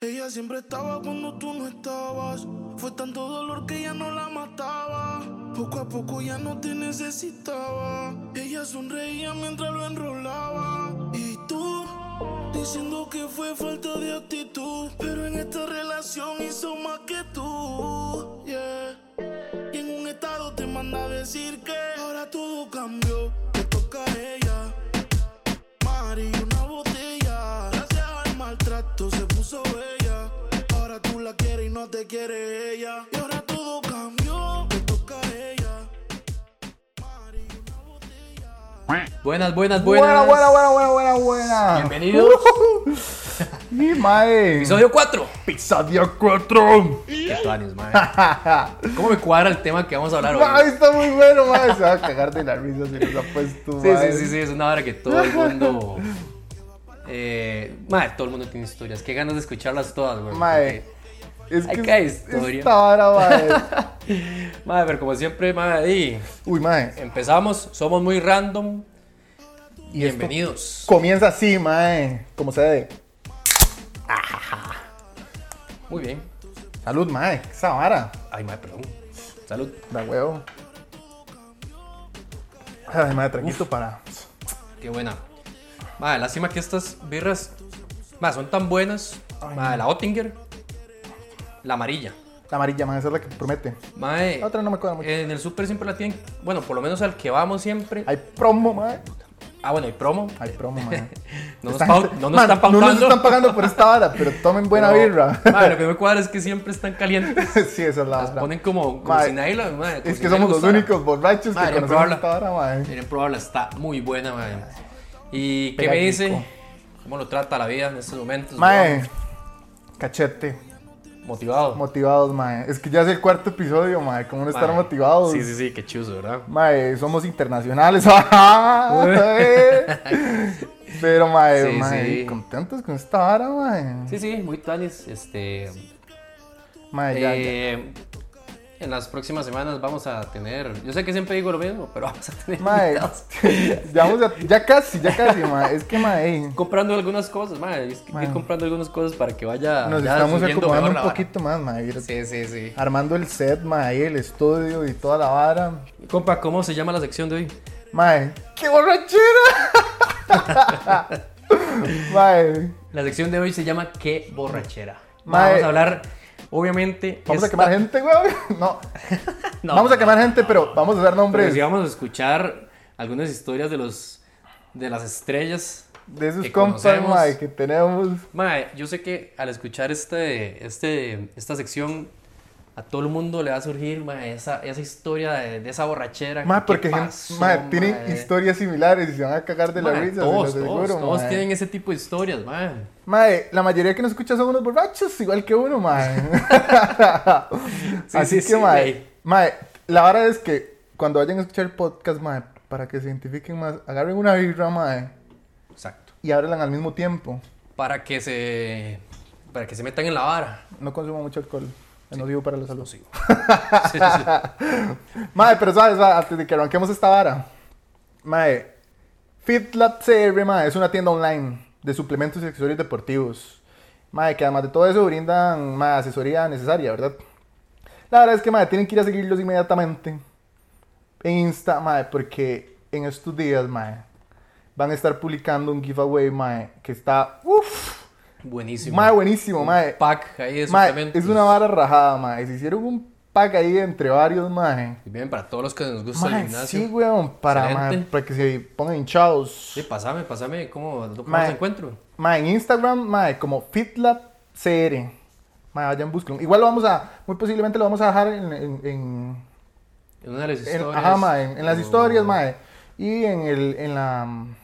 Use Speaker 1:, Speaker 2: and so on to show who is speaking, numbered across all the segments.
Speaker 1: Ella siempre estaba cuando tú no estabas. Fue tanto dolor que ya no la mataba. Poco a poco ya no te necesitaba. Ella sonreía mientras lo enrolaba. Y tú, diciendo que fue falta de actitud. Pero en esta relación hizo más que tú. yeah. Y en un estado te manda a decir que ahora todo cambió. Te toca a ella. Mari, una botella. Gracias al maltrato se puso bella. Ahora tú la quieres y no te quiere ella. Y ahora todo cambió. Te toca a ella. Mari, una botella.
Speaker 2: Buenas, buenas,
Speaker 3: Buena,
Speaker 2: buenas.
Speaker 3: buena, buena, buena, buena, buena. Uh,
Speaker 2: Bienvenidos.
Speaker 3: Y mae.
Speaker 2: Episodio 4.
Speaker 3: Episodio 4.
Speaker 2: Qué tuanis, madre. ¿Cómo me cuadra el tema que vamos a hablar
Speaker 3: Mae,
Speaker 2: hoy?
Speaker 3: está muy bueno, mae. Se va a cagar de la risa si nos ha puesto.
Speaker 2: Sí,
Speaker 3: mae.
Speaker 2: sí, sí, sí, es una hora que todo el mundo. Eh, madre, todo el mundo tiene historias. Qué ganas de escucharlas todas, güey.
Speaker 3: Mae. Es
Speaker 2: Ay,
Speaker 3: que
Speaker 2: qué
Speaker 3: es-
Speaker 2: historia.
Speaker 3: esta vara, mae.
Speaker 2: porque- Madre, pero como siempre, madre, y
Speaker 3: Uy, mae.
Speaker 2: empezamos. Somos muy random. Bienvenidos.
Speaker 3: Comienza así, mae. Como se debe.
Speaker 2: Muy bien.
Speaker 3: Salud, mae. Esa vara.
Speaker 2: Ay, madre, perdón. Salud.
Speaker 3: Da huevo. Ay, mae, traguito para.
Speaker 2: Qué buena. Madre, lástima que estas birras madre, son tan buenas.
Speaker 3: Ay,
Speaker 2: Madre, la Ottinger, la amarilla.
Speaker 3: La amarilla, mae. Esa es la que promete.
Speaker 2: Madre,
Speaker 3: La otra no me cuadra mucho.
Speaker 2: en el súper siempre la tienen. Bueno, por lo menos al que vamos siempre.
Speaker 3: Hay promo, mae.
Speaker 2: Ah, bueno, y promo.
Speaker 3: Hay promo, mae.
Speaker 2: No nos,
Speaker 3: Esta
Speaker 2: pau-
Speaker 3: gente-
Speaker 2: no nos
Speaker 3: Man,
Speaker 2: están
Speaker 3: No
Speaker 2: pautando.
Speaker 3: nos están pagando por esta vara, pero tomen buena
Speaker 2: Pero,
Speaker 3: birra.
Speaker 2: madre, lo que me cuadra es que siempre están calientes.
Speaker 3: sí, esa es la
Speaker 2: Las
Speaker 3: vara.
Speaker 2: ponen como, como
Speaker 3: Madre,
Speaker 2: si nadie la- madre, como
Speaker 3: Es
Speaker 2: si
Speaker 3: que
Speaker 2: nadie le
Speaker 3: somos los
Speaker 2: gustara.
Speaker 3: únicos borrachos
Speaker 2: Madre,
Speaker 3: que
Speaker 2: probarla.
Speaker 3: conocemos esta vara, mae.
Speaker 2: Miren, probarla, está muy buena, madre. ¿Y qué
Speaker 3: Pega
Speaker 2: me
Speaker 3: rico.
Speaker 2: dice? ¿Cómo lo trata la vida en estos momentos?
Speaker 3: Mae, cachete,
Speaker 2: weón? Motivado.
Speaker 3: motivados, mae. Es que ya es el cuarto episodio, mae. ¿Cómo no estar
Speaker 2: Madre.
Speaker 3: motivados?
Speaker 2: Sí, sí, sí, qué chuzo, ¿verdad?
Speaker 3: Mae, somos internacionales. ajá, eh. pero, mae,
Speaker 2: Sí,
Speaker 3: mae,
Speaker 2: sí.
Speaker 3: contentos con esta vara, mae.
Speaker 2: Sí, sí, muy planes. Este,
Speaker 3: Mae, Ah, ya, ya.
Speaker 2: eh, En las próximas semanas vamos a tener. Yo sé que siempre digo lo mismo, pero vamos a tener.
Speaker 3: Mae,
Speaker 2: invitados.
Speaker 3: ya, vamos a- ya casi, ya casi, mae. Es que, mae,
Speaker 2: comprando algunas cosas, madre. Es que
Speaker 3: Mae.
Speaker 2: ir comprando algunas cosas para que vaya.
Speaker 3: nos
Speaker 2: Ah, ya
Speaker 3: estamos
Speaker 2: fluyendo
Speaker 3: acomodando
Speaker 2: mejor la
Speaker 3: un
Speaker 2: vara.
Speaker 3: poquito más, mae.
Speaker 2: Sí, sí, sí.
Speaker 3: Armando el set, mae, el estudio y toda la vara.
Speaker 2: Compa, ¿cómo se llama la sección de hoy?
Speaker 3: Mae, qué borrachera. mae,
Speaker 2: La sección de hoy se llama ¿Qué borrachera?
Speaker 3: Mae.
Speaker 2: Vamos a hablar, obviamente.
Speaker 3: vamos a
Speaker 2: esta-
Speaker 3: quemar gente, güey. No.
Speaker 2: No,
Speaker 3: vamos a
Speaker 2: no,
Speaker 3: quemar gente, pero vamos a dar
Speaker 2: Pero
Speaker 3: nombres
Speaker 2: sí vamos a escuchar algunas historias de los de las estrellas
Speaker 3: de esos
Speaker 2: que
Speaker 3: compas,
Speaker 2: conocemos.
Speaker 3: mae, que tenemos.
Speaker 2: Mae, yo sé que al escuchar este, este, esta sección, a todo el mundo le va a surgir mae, esa, esa historia de, de esa borrachera.
Speaker 3: Mae,
Speaker 2: ¿qué
Speaker 3: porque gen-
Speaker 2: pasó,
Speaker 3: mae,
Speaker 2: mae?
Speaker 3: tienen historias similares y se van a cagar de la
Speaker 2: Mae,
Speaker 3: risa, se
Speaker 2: Todos,
Speaker 3: los aseguro,
Speaker 2: todos, todos
Speaker 3: mae.
Speaker 2: tienen ese tipo de historias, mae.
Speaker 3: Mae, la mayoría que nos escucha son unos borrachos, igual que uno, mae.
Speaker 2: Sí,
Speaker 3: Así
Speaker 2: sí,
Speaker 3: que,
Speaker 2: sí,
Speaker 3: mae,
Speaker 2: güey.
Speaker 3: mae, la verdad es que cuando vayan a escuchar el podcast, mae, para que se identifiquen más, agarren una birra, mae,
Speaker 2: Exacto.
Speaker 3: y ábrelan al mismo tiempo.
Speaker 2: Para que se, para que se metan en la vara. Oh,
Speaker 3: No consuman mucho alcohol. Es nocivo para la salud.
Speaker 2: Sí, sí, sí.
Speaker 3: Mae, pero sabes, Va, antes de que arranquemos esta vara, mae, FitLab CR, mae, es una tienda online de suplementos y accesorios deportivos. Mae, que además de todo eso brindan mae, asesoría necesaria, ¿verdad? La verdad es que, mae, tienen que ir a seguirlos inmediatamente en Insta, mae, porque en estos días, mae, van a estar publicando un giveaway, mae, que está, uff,
Speaker 2: Buenísimo.
Speaker 3: mae, buenísimo, mae.
Speaker 2: Pack ahí de
Speaker 3: Mae,
Speaker 2: suplementos.
Speaker 3: es una vara rajada, mae. Se hicieron un pack ahí entre varios, mae.
Speaker 2: Y Bien, para todos los que nos gusta el
Speaker 3: Mae,
Speaker 2: gimnasio.
Speaker 3: sí, weón. Para,
Speaker 2: Excelente.
Speaker 3: mae, para que se pongan hinchados.
Speaker 2: Sí, pasame, pasame. ¿Cómo, cómo
Speaker 3: Mae.
Speaker 2: los encuentro?
Speaker 3: Mae, en Instagram, mae, como FitLabCR. Mae, vayan, búsquenlo. Igual lo vamos a, muy posiblemente lo vamos a dejar en, en, en-
Speaker 2: En una de las
Speaker 3: en-
Speaker 2: historias.
Speaker 3: ajá, mae, en- en las
Speaker 2: o-
Speaker 3: historias, mae. Y en, el, en, la, mm,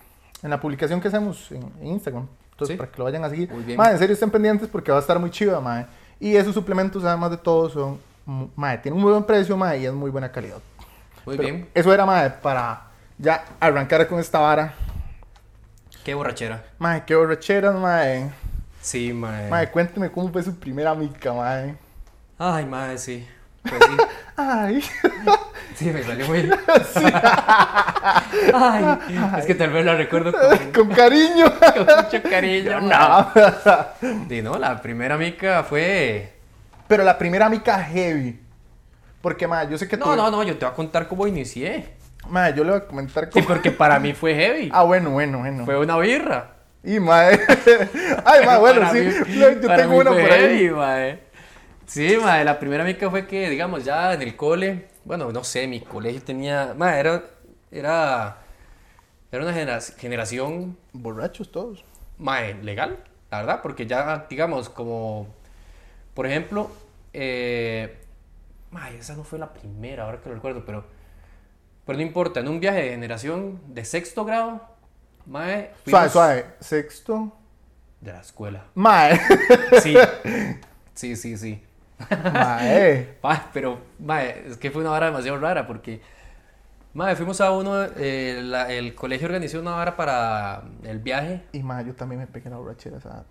Speaker 3: en la publicación que hacemos en, en Instagram. Entonces,
Speaker 2: Sí.
Speaker 3: para que lo vayan a seguir.
Speaker 2: Muy bien.
Speaker 3: Mae, en serio, estén pendientes porque va a estar muy chiva, mae. Y esos suplementos, además de todo, son, mu- mae, tienen un muy buen precio, mae, y es muy buena calidad.
Speaker 2: Muy
Speaker 3: Pero
Speaker 2: bien.
Speaker 3: Eso era, mae, para ya arrancar con esta vara.
Speaker 2: Qué borrachera.
Speaker 3: Mae, qué borracheras, mae.
Speaker 2: Sí, mae.
Speaker 3: Mae, cuénteme cómo fue su primera mica, mae.
Speaker 2: Ay, mae, sí. Pues sí.
Speaker 3: Ay.
Speaker 2: Sí, me salió muy. Ay, es que tal vez la recuerdo con,
Speaker 3: Con cariño.
Speaker 2: con mucho cariño. No. Y no, la primera mica fue.
Speaker 3: Pero la primera mica heavy. Porque, madre, yo sé que
Speaker 2: No,
Speaker 3: tú-
Speaker 2: no, no, yo te voy a contar cómo inicié.
Speaker 3: Madre, yo le voy a comentar
Speaker 2: Sí,
Speaker 3: cómo-
Speaker 2: porque para mí fue heavy.
Speaker 3: Ah, bueno, bueno, bueno.
Speaker 2: Fue una birra.
Speaker 3: Y, madre. Ay, madre, bueno,
Speaker 2: Para
Speaker 3: sí.
Speaker 2: mí-
Speaker 3: Yo tengo
Speaker 2: para mí
Speaker 3: una
Speaker 2: fue
Speaker 3: por ahí.
Speaker 2: heavy, mae. Sí, mae, la primera mica fue que, digamos, ya en el cole, bueno, no sé, mi colegio tenía, mae, era, era, era una genera- generación,
Speaker 3: Borrachos todos.
Speaker 2: mae, legal, la verdad, porque ya, digamos, como, por ejemplo, eh, mae, esa no fue la primera, ahora que lo recuerdo, pero, pero no importa, en un viaje de generación de sexto grado, mae,
Speaker 3: Suave,
Speaker 2: fuimos
Speaker 3: suave. Sexto.
Speaker 2: de la escuela.
Speaker 3: Mae.
Speaker 2: Sí, sí, sí, sí.
Speaker 3: Mae.
Speaker 2: Pa, pero, mae, es que fue una vara demasiado rara porque, mae, fuimos a uno, eh, la- el colegio organizó una vara para el viaje.
Speaker 3: Y, mae, yo también me pegué la borrachera esa.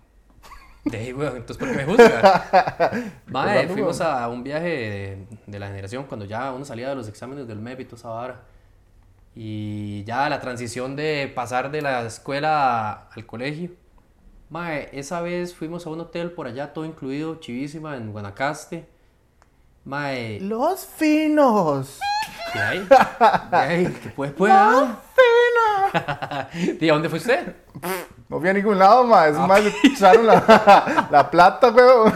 Speaker 2: De ahí, weón, entonces, ¿por qué me juzga? Mae,
Speaker 3: Recordando,
Speaker 2: fuimos a un viaje de, de la generación cuando ya uno salía de los exámenes del MEP y toda esa vara. Y ya la transición de pasar de la escuela a- al colegio. Mae, esa vez fuimos a un hotel por allá, todo incluido, chivísima, en Guanacaste. Mae,
Speaker 3: Los finos.
Speaker 2: ¿Qué hay? ¿Qué hay? ¿Qué puede, puede?
Speaker 3: Los finos.
Speaker 2: ¿Y a dónde fue usted?
Speaker 3: No fui a ningún lado, mae. Es
Speaker 2: Ah.
Speaker 3: más, le echaron la, la plata, weón.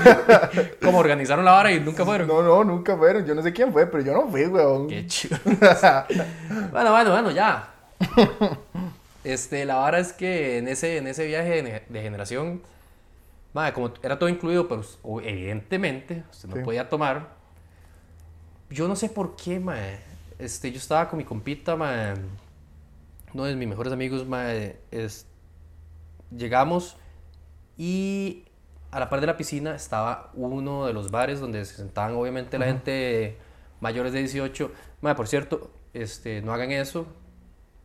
Speaker 2: Como organizaron la vara y nunca fueron.
Speaker 3: No, no, nunca fueron. Yo no sé quién fue, pero yo no fui, weón.
Speaker 2: Qué chido. bueno, bueno, bueno, ya. Este, la vara es que en ese, en ese viaje de, ne- de generación, madre, como era todo incluido, pero us- o- evidentemente usted no
Speaker 3: Sí.
Speaker 2: podía tomar. Yo no sé por qué, madre. Este, yo estaba con mi compita, madre, uno de mis mejores amigos, madre, es, llegamos y a la par de la piscina estaba uno de los bares donde se sentaban obviamente la gente mayores de 18. Madre, por cierto, este, no hagan eso.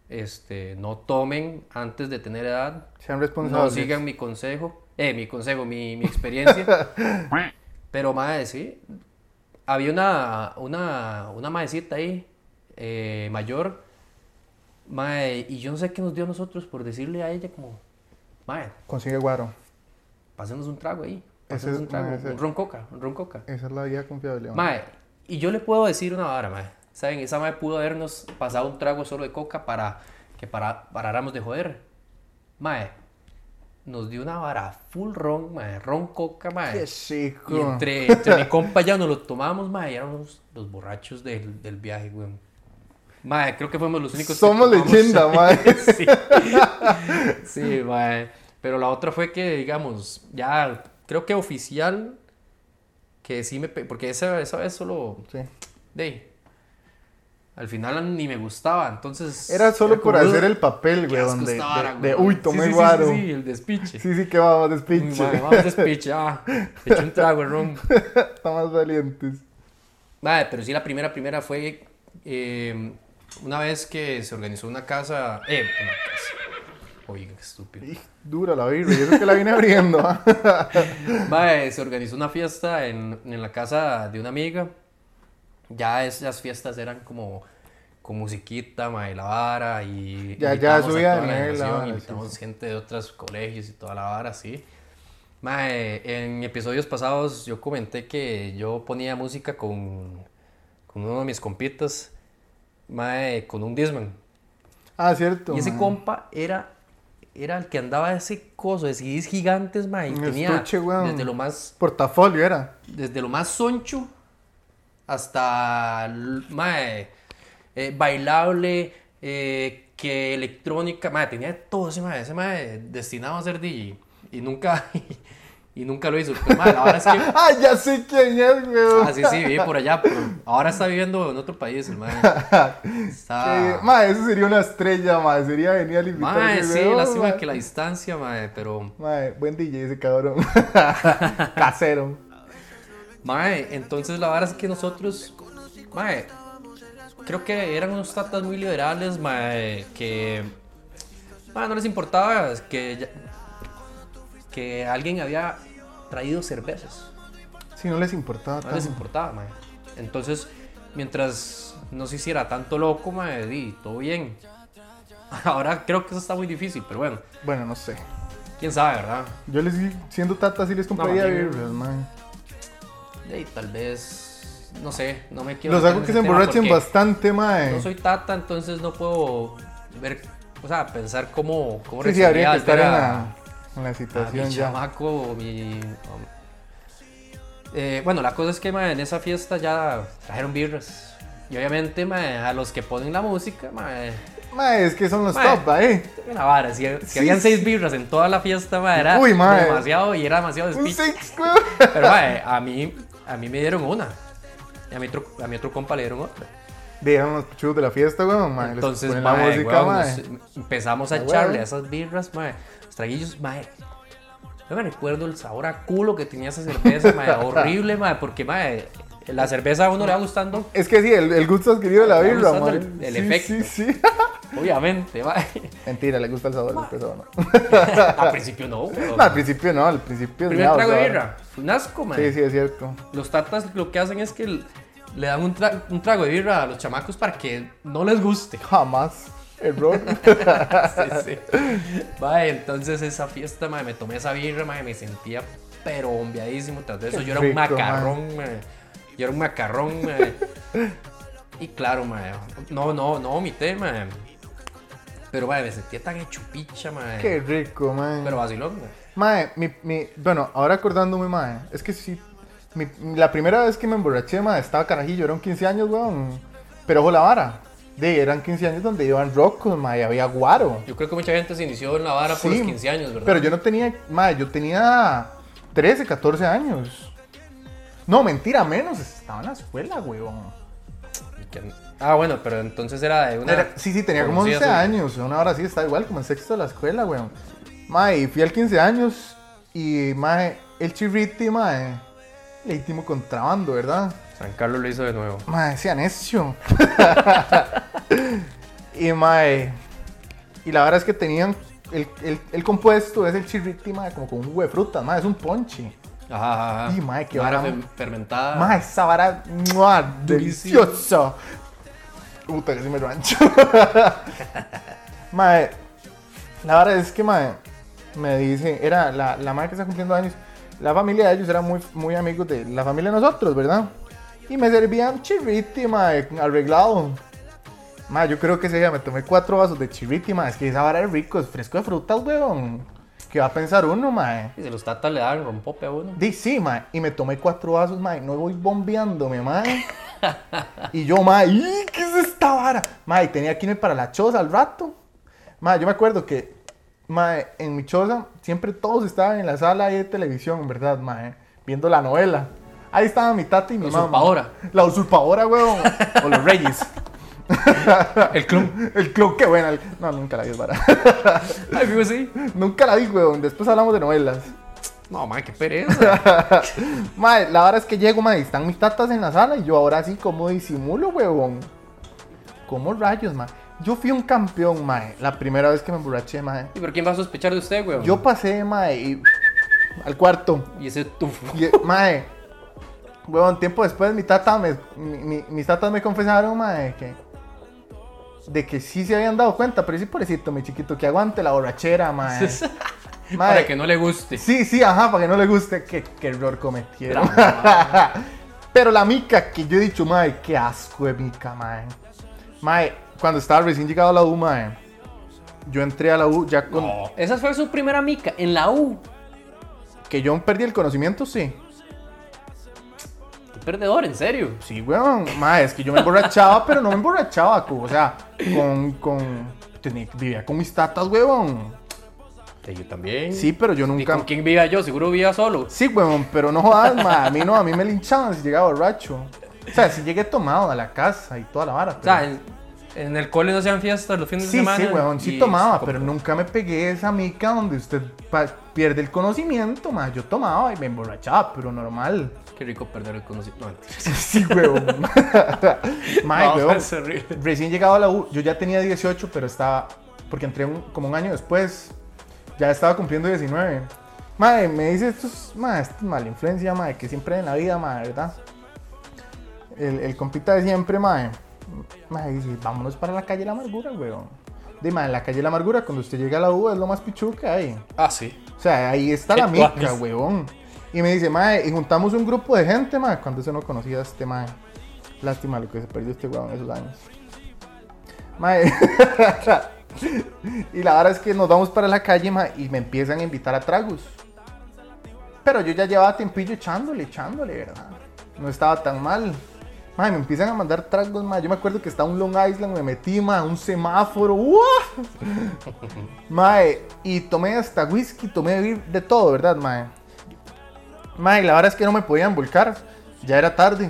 Speaker 2: Este, no tomen antes de tener edad.
Speaker 3: Sean
Speaker 2: No
Speaker 3: responsables.
Speaker 2: sigan mi consejo. Eh, mi consejo, mi, mi experiencia. Pero, madre, sí. Había una, una, una maecita ahí, eh, mayor. Mae, y yo no sé qué nos dio a nosotros por decirle a ella como, mae,
Speaker 3: Consigue guaro.
Speaker 2: Pásenos un trago ahí.
Speaker 3: Ese
Speaker 2: Pásenos
Speaker 3: es-
Speaker 2: un trago.
Speaker 3: mae, ese-
Speaker 2: Un ron coca, un ron coca.
Speaker 3: Esa es la vida confiable, weón.
Speaker 2: Mae, y yo le puedo decir una vara, mae. ¿Saben? Esa mae pudo habernos pasado un trago solo de coca para que para, paráramos de joder. Mae, nos dio una vara full ron, mae. Ron coca, mae.
Speaker 3: Qué chico.
Speaker 2: Y entre, entre mi compa ya nos lo tomamos, mae. y Éramos los borrachos del, del viaje, weón. Mae, creo que fuimos los únicos que
Speaker 3: Somos
Speaker 2: tomamos.
Speaker 3: leyenda, mae.
Speaker 2: Sí. Sí, mae. Pero la otra fue que, digamos, ya creo que oficial, que sí me... pe- Porque esa, esa vez solo...
Speaker 3: Sí.
Speaker 2: De, ahí, al final ni me gustaba, entonces...
Speaker 3: Era solo por
Speaker 2: como,
Speaker 3: hacer
Speaker 2: "Ugh,
Speaker 3: el papel,
Speaker 2: qué
Speaker 3: weón.
Speaker 2: asco
Speaker 3: De,
Speaker 2: esta vara,
Speaker 3: de- de,
Speaker 2: güey".
Speaker 3: uy,
Speaker 2: Sí,
Speaker 3: tomé
Speaker 2: sí, sí,
Speaker 3: guaro.
Speaker 2: Sí, sí, el despiche.
Speaker 3: Sí, sí, que vamos,
Speaker 2: Uy,
Speaker 3: despinche.
Speaker 2: mae, vamos, despiche, ah. Eché un trago, ron.
Speaker 3: Estamos valientes.
Speaker 2: Mae, pero sí, la primera, primera fue eh, una vez que se organizó una casa... Eh, una casa. Oiga, qué estúpido.
Speaker 3: Ih, Dura la birra. Yo creo que la vine abriendo. ah.
Speaker 2: Mae, se organizó una fiesta en, en la casa de una amiga. Ya esas fiestas eran como con musiquita, mae, la vara y
Speaker 3: Ya- ya
Speaker 2: invitamos a toda
Speaker 3: subía de
Speaker 2: la
Speaker 3: nivel la
Speaker 2: generación,
Speaker 3: vara, sí,
Speaker 2: invitamos gente de otros colegios y toda la vara, sí. Mae, en episodios pasados yo comenté que yo ponía música con, con uno de mis compitas, mae, con un Disman.
Speaker 3: Ah, cierto.
Speaker 2: Y ese
Speaker 3: mae.
Speaker 2: compa era, era el que andaba ese coso de CDs gigantes, mae. y
Speaker 3: Un
Speaker 2: tenía
Speaker 3: estuche, weón.
Speaker 2: desde lo más,
Speaker 3: Portafolio era.
Speaker 2: desde lo más soncho hasta l- mae, eh, bailable, eh, que electrónica, mae, tenía de todo ese mae, ese mae destinado a ser DJ. Y nunca, y, nunca lo hizo. Pero, mae, la verdad es que
Speaker 3: Ah, ya sé quién es, weón.
Speaker 2: ah, sí, sí, vive por allá, pero ahora está viviendo en otro país, el mae. Está...
Speaker 3: Eh, mae, eso sería una estrella, mae. Sería genial invitar a
Speaker 2: Mae,
Speaker 3: ese
Speaker 2: sí,
Speaker 3: weón,
Speaker 2: lástima
Speaker 3: mae.
Speaker 2: que la distancia, mae, pero...
Speaker 3: Mae, buen DJ ese cabrón. Casero.
Speaker 2: Mae, entonces la vara es que nosotros, mae, creo que eran unos tatas muy liberales, mae, que, mae, no les importaba que, ya- que alguien había traído cervezas,
Speaker 3: Sí, no les importaba
Speaker 2: no les
Speaker 3: tanto.
Speaker 2: importaba, mae. Entonces mientras no se hiciera tanto loco, mae, y todo bien. Ahora creo que eso está muy difícil, pero bueno,
Speaker 3: Bueno, no sé.
Speaker 2: quién sabe, ¿verdad?
Speaker 3: Yo les, siendo tata, sí les compraría
Speaker 2: No,
Speaker 3: birras,
Speaker 2: yo-
Speaker 3: mae.
Speaker 2: Y tal vez, no sé, no me quiero...
Speaker 3: Los
Speaker 2: meter
Speaker 3: hago
Speaker 2: en
Speaker 3: que se
Speaker 2: ese tema
Speaker 3: emborrachen
Speaker 2: porque
Speaker 3: bastante, mae.
Speaker 2: No soy tata, entonces no puedo ver, o sea, pensar cómo... cómo
Speaker 3: sí, sí, habría que
Speaker 2: reaccionaría al ver
Speaker 3: estar en
Speaker 2: a-
Speaker 3: la, en la
Speaker 2: a mi
Speaker 3: situación ya.
Speaker 2: chamaco o mi... o- Eh, bueno, la cosa es que mae, en esa fiesta ya trajeron birras. Y obviamente mae, a los que ponen la música, mae,
Speaker 3: Mae, es que son los
Speaker 2: Mae.
Speaker 3: top, eh.
Speaker 2: tengo una vara. Si, si habían seis birras en toda la fiesta, mae, era
Speaker 3: Uy, eh. mae.
Speaker 2: demasiado y era demasiado
Speaker 3: Un
Speaker 2: despiche.
Speaker 3: six, weón.
Speaker 2: Pero mae, a, mí, a mí me dieron una. Y a mi, otro, a mi otro compa le dieron otra.
Speaker 3: Dieron los pichudos de la fiesta, weón, mae. Les
Speaker 2: Entonces,
Speaker 3: ponen
Speaker 2: mae,
Speaker 3: la música,
Speaker 2: weón,
Speaker 3: mae.
Speaker 2: nos- empezamos a
Speaker 3: Ah,
Speaker 2: echarle
Speaker 3: weón.
Speaker 2: a esas birras, mae, los traguillos, mae. Yo me recuerdo el sabor a culo que tenía esa cerveza, mae, horrible, mae, porque mae, la cerveza a uno le va gustando,
Speaker 3: Es que sí, el, el gusto adquirido de la
Speaker 2: Me
Speaker 3: birra,
Speaker 2: gusta
Speaker 3: mae.
Speaker 2: Ah, el- el
Speaker 3: sí,
Speaker 2: efecto.
Speaker 3: sí, sí.
Speaker 2: obviamente, mae.
Speaker 3: Mentira, le gusta el sabor del peso, ¿no?
Speaker 2: Al principio no, weón.
Speaker 3: No, al principio no, al principio es
Speaker 2: Primer
Speaker 3: nada, o
Speaker 2: trago de
Speaker 3: sea,
Speaker 2: birra, fue un asco, mae.
Speaker 3: Sí, sí, es cierto.
Speaker 2: Los tatas lo que hacen es que l- le dan un, tra- un trago de birra a los chamacos para que no les guste.
Speaker 3: Jamás. Error.
Speaker 2: sí, sí. Mae, entonces esa fiesta, mae, me tomé esa birra, mae, me sentía pero bombeadísimo. Tras de eso,
Speaker 3: Qué
Speaker 2: yo era un
Speaker 3: rico, mae.
Speaker 2: macarrón, mae. Yo era un macarrón, mae. Y claro, mae, no, no, no vomité, mae. Pero, mae, me sentía tan hecho picha, mae.
Speaker 3: Qué rico, mae.
Speaker 2: Pero vacilón, mae.
Speaker 3: Mae, mi, mi, bueno, ahora acordándome, mae, es que sí, mi- la primera vez que me emborraché, mae, estaba carajillo, eran 15 años, weón, pero ojo la vara, de, eran 15 años donde iban rocos, mae, había guaro,
Speaker 2: Yo creo que mucha gente se inició en la vara por
Speaker 3: Sí,
Speaker 2: los 15 años, ¿verdad?
Speaker 3: pero yo no tenía, mae, yo tenía 13, 14 años, no, mentira, menos, estaba en la escuela, weón,
Speaker 2: Y que- Ah, bueno, pero entonces era de una.
Speaker 3: Era- sí, sí, tenía como
Speaker 2: conocida
Speaker 3: 11
Speaker 2: suya.
Speaker 3: años, una hora sí, estaba igual, como en sexto de la escuela, weón, mae, y fui al 15 años, y, mae, el chirriti, mae, legítimo contrabando, ¿verdad?,
Speaker 2: San Carlos lo hizo de nuevo.
Speaker 3: Mae, sea necio. y mae. Y la verdad es que tenían. El, el- el compuesto es el chirriti, mae, como con un huevo de fruta, mae, es un ponche.
Speaker 2: Ajá, ajá, ajá.
Speaker 3: Y, mae, qué
Speaker 2: Vara
Speaker 3: vara-
Speaker 2: fe- fermentada.
Speaker 3: Mae, esa vara, ¡mua!
Speaker 2: Durísimo.
Speaker 3: deliciosa. Puta, casi me rancho. mae, la verdad es que, mae, me dice, era la, la madre que está cumpliendo años, la familia de ellos era muy, muy amigos de la familia de nosotros, ¿verdad? Y me servían chirriti, mae, arreglado. Mae, yo creo que ese día me tomé cuatro vasos de chirriti, mae, es que esa vara es rico, es fresco de frutas, weón. ¿Qué va a pensar uno, mae?
Speaker 2: Y se los tatas le dan rompope a uno.
Speaker 3: Di, sí, mae. Y me tomé cuatro vasos, mae. No voy bombeándome, mae. y yo, mae, "Ih, ¿qué es esta vara? Mae, tenía que irme para la choza al rato. Mae, yo me acuerdo que, mae, en mi choza siempre todos estaban en la sala ahí de televisión, ¿verdad, mae? Viendo la novela. Ahí estaba mi tata y mi
Speaker 2: La
Speaker 3: mamá.
Speaker 2: usurpadora.
Speaker 3: La usurpadora, weón. o los reyes.
Speaker 2: El club.
Speaker 3: El club, qué buena. No, nunca la vi, es vara.
Speaker 2: Ay, vivo así.
Speaker 3: nunca la vi, weón. Después hablamos de novelas.
Speaker 2: No, man, qué pereza.
Speaker 3: Mae, la verdad es que llego, mae, están mis tatas en la sala y yo ahora sí como disimulo, huevón. Como rayos, mae. Yo fui un campeón, mae, la primera vez que me emborraché, mae.
Speaker 2: ¿Y por quién va a sospechar de usted, weón?
Speaker 3: Yo pasé, mae, y- al cuarto.
Speaker 2: Y ese tufo.
Speaker 3: Y, mae, huevón, tiempo después mi tata me, mi- mi- mis tatas me confesaron, mae, que de que sí se habían dado cuenta, pero sí pobrecito, mi chiquito, que aguante la borrachera, mae.
Speaker 2: Para que no le guste.
Speaker 3: Sí, sí, ajá, para que no le guste. Qué, qué error cometieron. Pero la mica que yo he dicho, mae, qué asco de mica, mae. Mae, cuando estaba recién llegado a la U, mae, yo entré a la U ya con.
Speaker 2: No. Esa fue su primera mica en la U.
Speaker 3: Que yo perdí el conocimiento, sí.
Speaker 2: Qué perdedor, en serio.
Speaker 3: Sí, weón. Mae, es que yo me emborrachaba, pero no me emborrachaba, cu- o sea, con. con tenía- vivía con mis tatas, weón.
Speaker 2: Sí, yo también.
Speaker 3: Sí, pero yo
Speaker 2: ¿Y
Speaker 3: nunca.
Speaker 2: con quién vivía yo? Seguro vivía solo.
Speaker 3: Sí, weón, pero no jodas, ma, a mí no, a mí me linchaban si llegaba borracho. O sea, si llegué tomado a la casa y toda la vara.
Speaker 2: O
Speaker 3: pero-
Speaker 2: sea, en, en el cole no hacían fiestas los fines de
Speaker 3: sí,
Speaker 2: semana.
Speaker 3: sí, weón, sí
Speaker 2: y-
Speaker 3: tomaba, pero nunca me pegué esa mica donde usted pa- pierde el conocimiento, ma. Yo tomaba y me emborrachaba, pero normal.
Speaker 2: Qué rico perder el conocimiento. No, mentira.
Speaker 3: Sí, weón. ma,
Speaker 2: No,
Speaker 3: weón.
Speaker 2: es horrible.
Speaker 3: Recién llegado a la U, yo ya tenía 18, pero estaba. Porque entré un- como un año después. Ya estaba cumpliendo 19. Madre, me dice esto es, ma, esto es mala influencia, madre, que siempre en la vida, madre, ¿verdad? el, el compita de siempre, mae, mae, dice, vámonos para la calle de la amargura, weón. De mae, la calle de la amargura, cuando usted llega a la U, es lo más pichuca ahí.
Speaker 2: Ah, sí.
Speaker 3: O sea, ahí está
Speaker 2: Qué
Speaker 3: la mica,
Speaker 2: tuanis.
Speaker 3: weón. Y me dice, mae, y juntamos un grupo de gente, mae, cuando eso no conocía a este mae. Lástima lo que se perdió este weón en esos años. Mae. y la verdad es que nos vamos para la calle, mae, y me empiezan a invitar a tragos. Pero yo ya llevaba tiempillo echándole, echándole, ¿verdad? No estaba tan mal. Mae, me empiezan a mandar tragos, mae. Yo me acuerdo que estaba un Long Island, me metí, mae, un semáforo, ¡uah! Mae, y tomé hasta whisky, tomé vir- de todo, ¿verdad, Mae? Mae, la verdad es que no me podían volcar. Ya era tarde.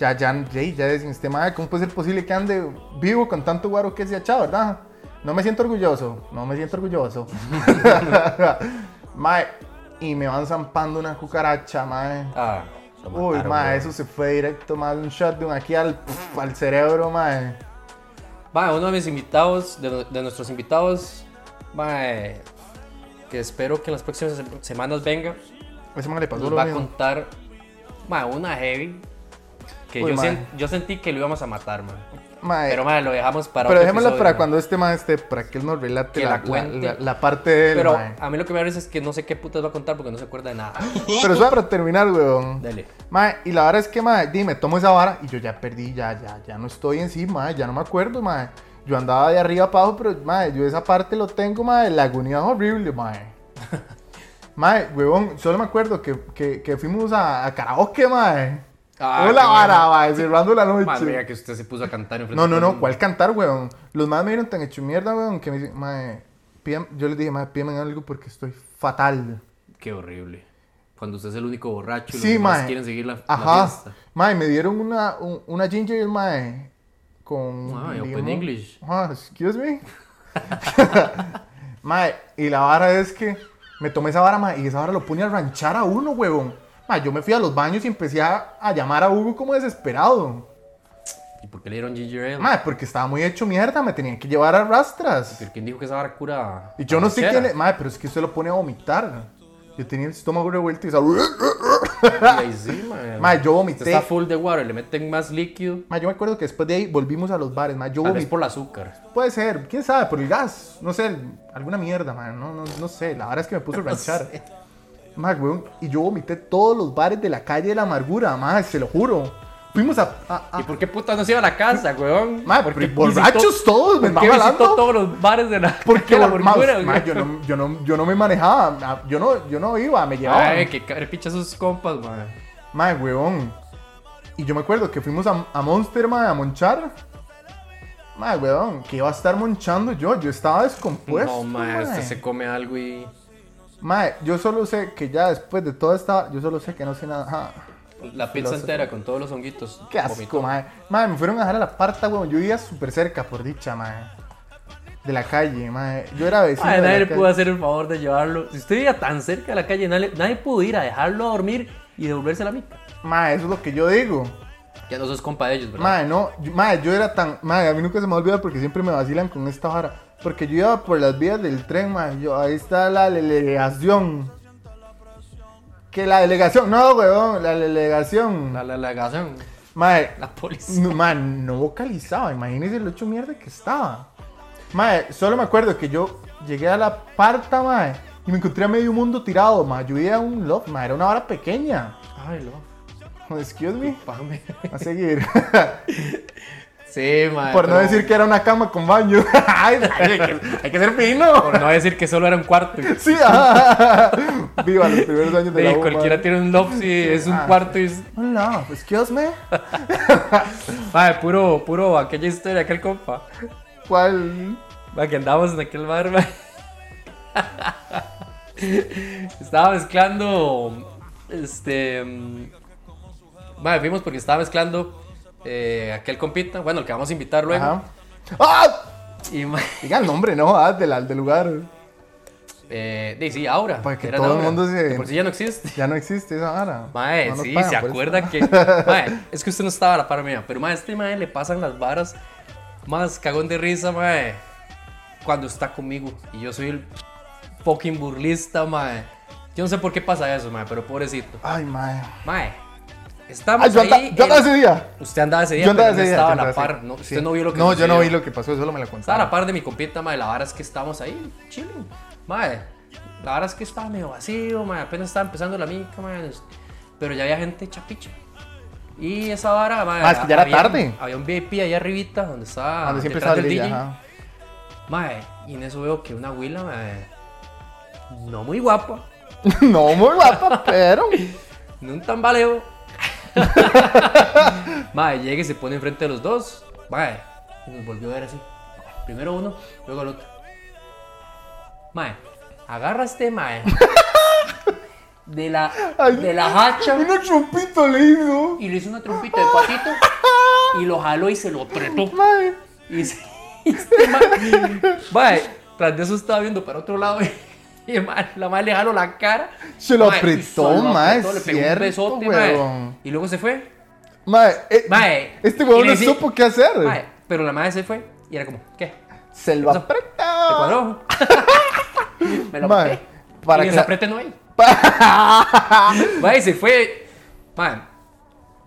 Speaker 3: Ya, ya, ya, ya decía este mae, ¿cómo puede ser posible que ande vivo con tanto guaro que se ha echado, verdad? No me siento orgulloso, no me siento orgulloso. mae, y me van zampando una cucaracha, mae.
Speaker 2: Ah, lo
Speaker 3: Uy,
Speaker 2: mataron,
Speaker 3: mae,
Speaker 2: weón.
Speaker 3: eso se fue directo, mae, un shotdown aquí al, al cerebro, mae.
Speaker 2: Mae, uno de mis invitados, de, no- de nuestros invitados, mae, que espero que en las próximas sem- semanas venga,
Speaker 3: Ese mae le pasó
Speaker 2: nos
Speaker 3: lo
Speaker 2: Pues va a
Speaker 3: mismo.
Speaker 2: contar mae, una heavy que
Speaker 3: Uy,
Speaker 2: yo,
Speaker 3: mae.
Speaker 2: sen- yo sentí que lo íbamos a matar, mae.
Speaker 3: Mae,
Speaker 2: Pero mae, lo dejamos para
Speaker 3: Pero
Speaker 2: otro
Speaker 3: dejémosla
Speaker 2: episodio,
Speaker 3: para
Speaker 2: mae.
Speaker 3: cuando este mae esté, para que él nos relate
Speaker 2: Que
Speaker 3: la,
Speaker 2: la
Speaker 3: la-
Speaker 2: cuente.
Speaker 3: la- la parte de él,
Speaker 2: Pero
Speaker 3: mae.
Speaker 2: a mí lo que me parece es que no sé qué putas va a contar porque no se acuerda de nada.
Speaker 3: Pero eso para terminar, weón.
Speaker 2: Dale.
Speaker 3: Mae, y la verdad es que, mae, dime, tomo esa vara y yo ya perdí, ya, ya, ya no estoy en sí, mae, ya no me acuerdo, mae. Yo andaba de arriba para abajo, pero, mae, yo esa parte lo tengo, mae, la agonía horrible, mae. mae, weón, solo me acuerdo que, que, que fuimos a, a karaoke, mae.
Speaker 2: Ah,
Speaker 3: Hola,
Speaker 2: qué
Speaker 3: vara,
Speaker 2: bueno.
Speaker 3: mae, cerrando la noche.
Speaker 2: Madre mía, que usted se puso a cantar en frente
Speaker 3: No,
Speaker 2: de
Speaker 3: no,
Speaker 2: todo el
Speaker 3: no,
Speaker 2: mundo.
Speaker 3: ¿cuál cantar, weón? Los más me vieron tan hecho mierda, weón, que me dicen, mae, pídame- yo les dije, mae, pídame algo porque estoy fatal.
Speaker 2: Qué horrible. Cuando usted es el único borracho y los
Speaker 3: Sí,
Speaker 2: demás
Speaker 3: mae.
Speaker 2: quieren seguir la, la
Speaker 3: Ajá.
Speaker 2: fiesta.
Speaker 3: Mae, me dieron una, un- una ginger ale, mae, con
Speaker 2: Mae, open
Speaker 3: limón.
Speaker 2: English.
Speaker 3: Ah, excuse me. mae, y la vara es que me tomé esa vara, mae, y esa vara lo pone a ranchar a uno, weón. Mae, yo me fui a los baños y empecé a, a llamar a Hugo como desesperado.
Speaker 2: ¿Y por qué le dieron ginger ale?
Speaker 3: Mae, porque estaba muy hecho mierda, me tenían que llevar a rastras.
Speaker 2: ¿Pero quién dijo que esa vara cura?
Speaker 3: Y yo no sé
Speaker 2: borrachera?
Speaker 3: quién es. Madre, pero es que usted lo pone a vomitar. Yo tenía el estómago revuelto y sal...
Speaker 2: Y ahí sí, mae.
Speaker 3: Mae,
Speaker 2: Usted
Speaker 3: yo vomité.
Speaker 2: está full de water, le meten más líquido.
Speaker 3: Mae, yo me acuerdo que después de ahí volvimos a los bares. Mae, yo
Speaker 2: Tal vez
Speaker 3: vomité.
Speaker 2: por el azúcar.
Speaker 3: Puede ser, quién sabe, por el gas. No sé, el- alguna mierda, mae. No, no, no sé. La verdad es que me puso a ranchar. Mae, weón. Y yo vomité todos los bares de la calle de la amargura, mae, se lo juro. Fuimos a. a, a-
Speaker 2: ¿Y por qué puta no se iba a la casa, weón?
Speaker 3: mae, porque borrachos todos, me
Speaker 2: ¿Por
Speaker 3: están
Speaker 2: qué visitó
Speaker 3: hablando.
Speaker 2: todos los bares de la
Speaker 3: Porque
Speaker 2: de la
Speaker 3: ma,
Speaker 2: amargura,
Speaker 3: ma,
Speaker 2: weón?
Speaker 3: yo, no, yo, no, yo no me manejaba, Ah, yo no, yo no iba, me llevaban.
Speaker 2: Ay, que cabre picha sus compas, mae.
Speaker 3: Mae, weón. Y yo me acuerdo que fuimos a, a Monster, mae, a monchar. Mae, weón, que iba a estar monchando yo. Yo estaba
Speaker 2: no,
Speaker 3: descompuesto.
Speaker 2: mae,
Speaker 3: mae.
Speaker 2: usted se come algo y...
Speaker 3: Mae, yo solo sé que ya después de toda esta. Yo solo sé que no sé nada. Ajá.
Speaker 2: La pizza entera con todos los honguitos.
Speaker 3: Qué asco,
Speaker 2: Vomitó.
Speaker 3: mae. Mae, me fueron a dejar a la parta, weón. Yo vivía súper cerca, por dicha, mae. De la calle, mae. Yo era vecino.
Speaker 2: Ay,
Speaker 3: de la
Speaker 2: nadie le
Speaker 3: calle.
Speaker 2: pudo hacer el favor de llevarlo. Si usted iba tan cerca de la calle, nadie, nadie pudo ir a dejarlo a dormir y devolverse la mica.
Speaker 3: Mae, eso es lo que yo digo.
Speaker 2: Ya no sos compa de ellos, ¿verdad?
Speaker 3: Mae, no, yo- mae, yo era tan. Mae, a mí nunca se me olvida porque siempre me vacilan con esta vara. Porque yo iba por las vías del tren, mae. Yo, ahí está la delegación. Que la delegación, no, weón, la delegación.
Speaker 2: La, la, la gasan,
Speaker 3: Mae,
Speaker 2: la policía.
Speaker 3: no, mae, no vocalizaba. Imagínense el hecho mierda que estaba. Mae, solo me acuerdo que yo llegué a la parta, mae, y me encontré a medio mundo tirado, mae. Yo iba a un loft, mae, era una vara pequeña.
Speaker 2: Ay, no.
Speaker 3: Excuse me.
Speaker 2: Pájame.
Speaker 3: A seguir.
Speaker 2: Sí, mae.
Speaker 3: Por no
Speaker 2: pero-
Speaker 3: decir que era una cama con baño. Ay, hay, que, hay que ser fino.
Speaker 2: Por no decir que solo era un cuarto.
Speaker 3: Sí, ajá. Viva los primeros años de la
Speaker 2: Sí,
Speaker 3: U,
Speaker 2: cualquiera
Speaker 3: madre.
Speaker 2: tiene un loft si es un
Speaker 3: Ah.
Speaker 2: cuarto y es...
Speaker 3: Oh, no, excuse me.
Speaker 2: Mae, puro, puro, aquella historia, aquel compa.
Speaker 3: ¿Cuál?
Speaker 2: Mae, que andábamos en aquel bar, mae. Estaba mezclando, este... mm, Mae, fuimos porque estaba mezclando eh, aquel compita, bueno, el que vamos a invitar luego.
Speaker 3: Ajá. ¡Ah!
Speaker 2: Y, mae,
Speaker 3: Diga el nombre, no, ah, del, del lugar.
Speaker 2: eh, de- sí, ahora.
Speaker 3: Para que
Speaker 2: era
Speaker 3: todo el
Speaker 2: Aura,
Speaker 3: mundo se-
Speaker 2: que Por si ya no existe.
Speaker 3: Ya no existe esa vara.
Speaker 2: Mae,
Speaker 3: No nos
Speaker 2: sí,
Speaker 3: pagan
Speaker 2: se
Speaker 3: por
Speaker 2: acuerda
Speaker 3: eso.
Speaker 2: que. Mae, es que usted no estaba a la par mía, pero mae, a este mae le pasan las varas más cagón de risa, mae, cuando está conmigo. Y yo soy el fucking burlista, mae. Yo no sé por qué pasa eso, mae, pero pobrecito.
Speaker 3: Ay, mae.
Speaker 2: Mae, Estamos
Speaker 3: Ah, yo, anda-
Speaker 2: ahí.
Speaker 3: yo andaba
Speaker 2: en-
Speaker 3: ese día.
Speaker 2: Usted andaba ese día,
Speaker 3: Yo andaba
Speaker 2: pero
Speaker 3: ese
Speaker 2: no
Speaker 3: día.
Speaker 2: estaba
Speaker 3: yo
Speaker 2: a la
Speaker 3: andaba
Speaker 2: par.
Speaker 3: ese-
Speaker 2: No,
Speaker 3: sí.
Speaker 2: usted no vio lo que
Speaker 3: No, yo no
Speaker 2: sucedió.
Speaker 3: vi lo que pasó, solo me
Speaker 2: Estaba
Speaker 3: la
Speaker 2: a
Speaker 3: contaron.
Speaker 2: la par de mi compita, mae, la vara es que estamos ahí, chile. Mae, la vara es que estaba medio vacío, mae, apenas estaba empezando la mica, mae. Pero ya había gente chapicha. Y esa vara, mae.
Speaker 3: Ah, es que ya era
Speaker 2: había-
Speaker 3: tarde. Ah,
Speaker 2: Había un VIP allá arribita, donde estaba.
Speaker 3: Donde siempre
Speaker 2: detrás
Speaker 3: sale
Speaker 2: del
Speaker 3: ella,
Speaker 2: DJ.
Speaker 3: ajá.
Speaker 2: Mae, y en eso veo que una huila, mae. No muy guapa,
Speaker 3: No, muy guapa, pero.
Speaker 2: en un tambaleo. mae, llega y se pone enfrente de los dos. Mae, y nos volvió a ver así. Primero uno, luego el otro. Mae, agarra a este mae. De la,
Speaker 3: Ay,
Speaker 2: de la hacha
Speaker 3: Una trompito le hizo.
Speaker 2: y le hizo una trompita de patito y lo jaló y se lo apretó.
Speaker 3: Mae.
Speaker 2: Y se- y este mae, mae, tras de eso estaba viendo para otro lado y el mae- la madre le jaló la cara.
Speaker 3: Se lo
Speaker 2: Mae, y
Speaker 3: apretó,
Speaker 2: se lo
Speaker 3: mae,
Speaker 2: apretó, Le pegó un
Speaker 3: cierto,
Speaker 2: besote, mae,
Speaker 3: weón.
Speaker 2: Y luego se fue.
Speaker 3: Mae, eh,
Speaker 2: Mae.
Speaker 3: Este
Speaker 2: Y
Speaker 3: huevón
Speaker 2: le
Speaker 3: no
Speaker 2: hice-
Speaker 3: supo qué hacer.
Speaker 2: Mae, pero la madre se fue y era como, ¿qué? ¿Te
Speaker 3: Se lo
Speaker 2: Eso.
Speaker 3: apretó.
Speaker 2: cuadró? Me lo
Speaker 3: Mae,
Speaker 2: apreté.
Speaker 3: para
Speaker 2: y
Speaker 3: que
Speaker 2: que
Speaker 3: la-
Speaker 2: no hay. Mae, se fue. Mae,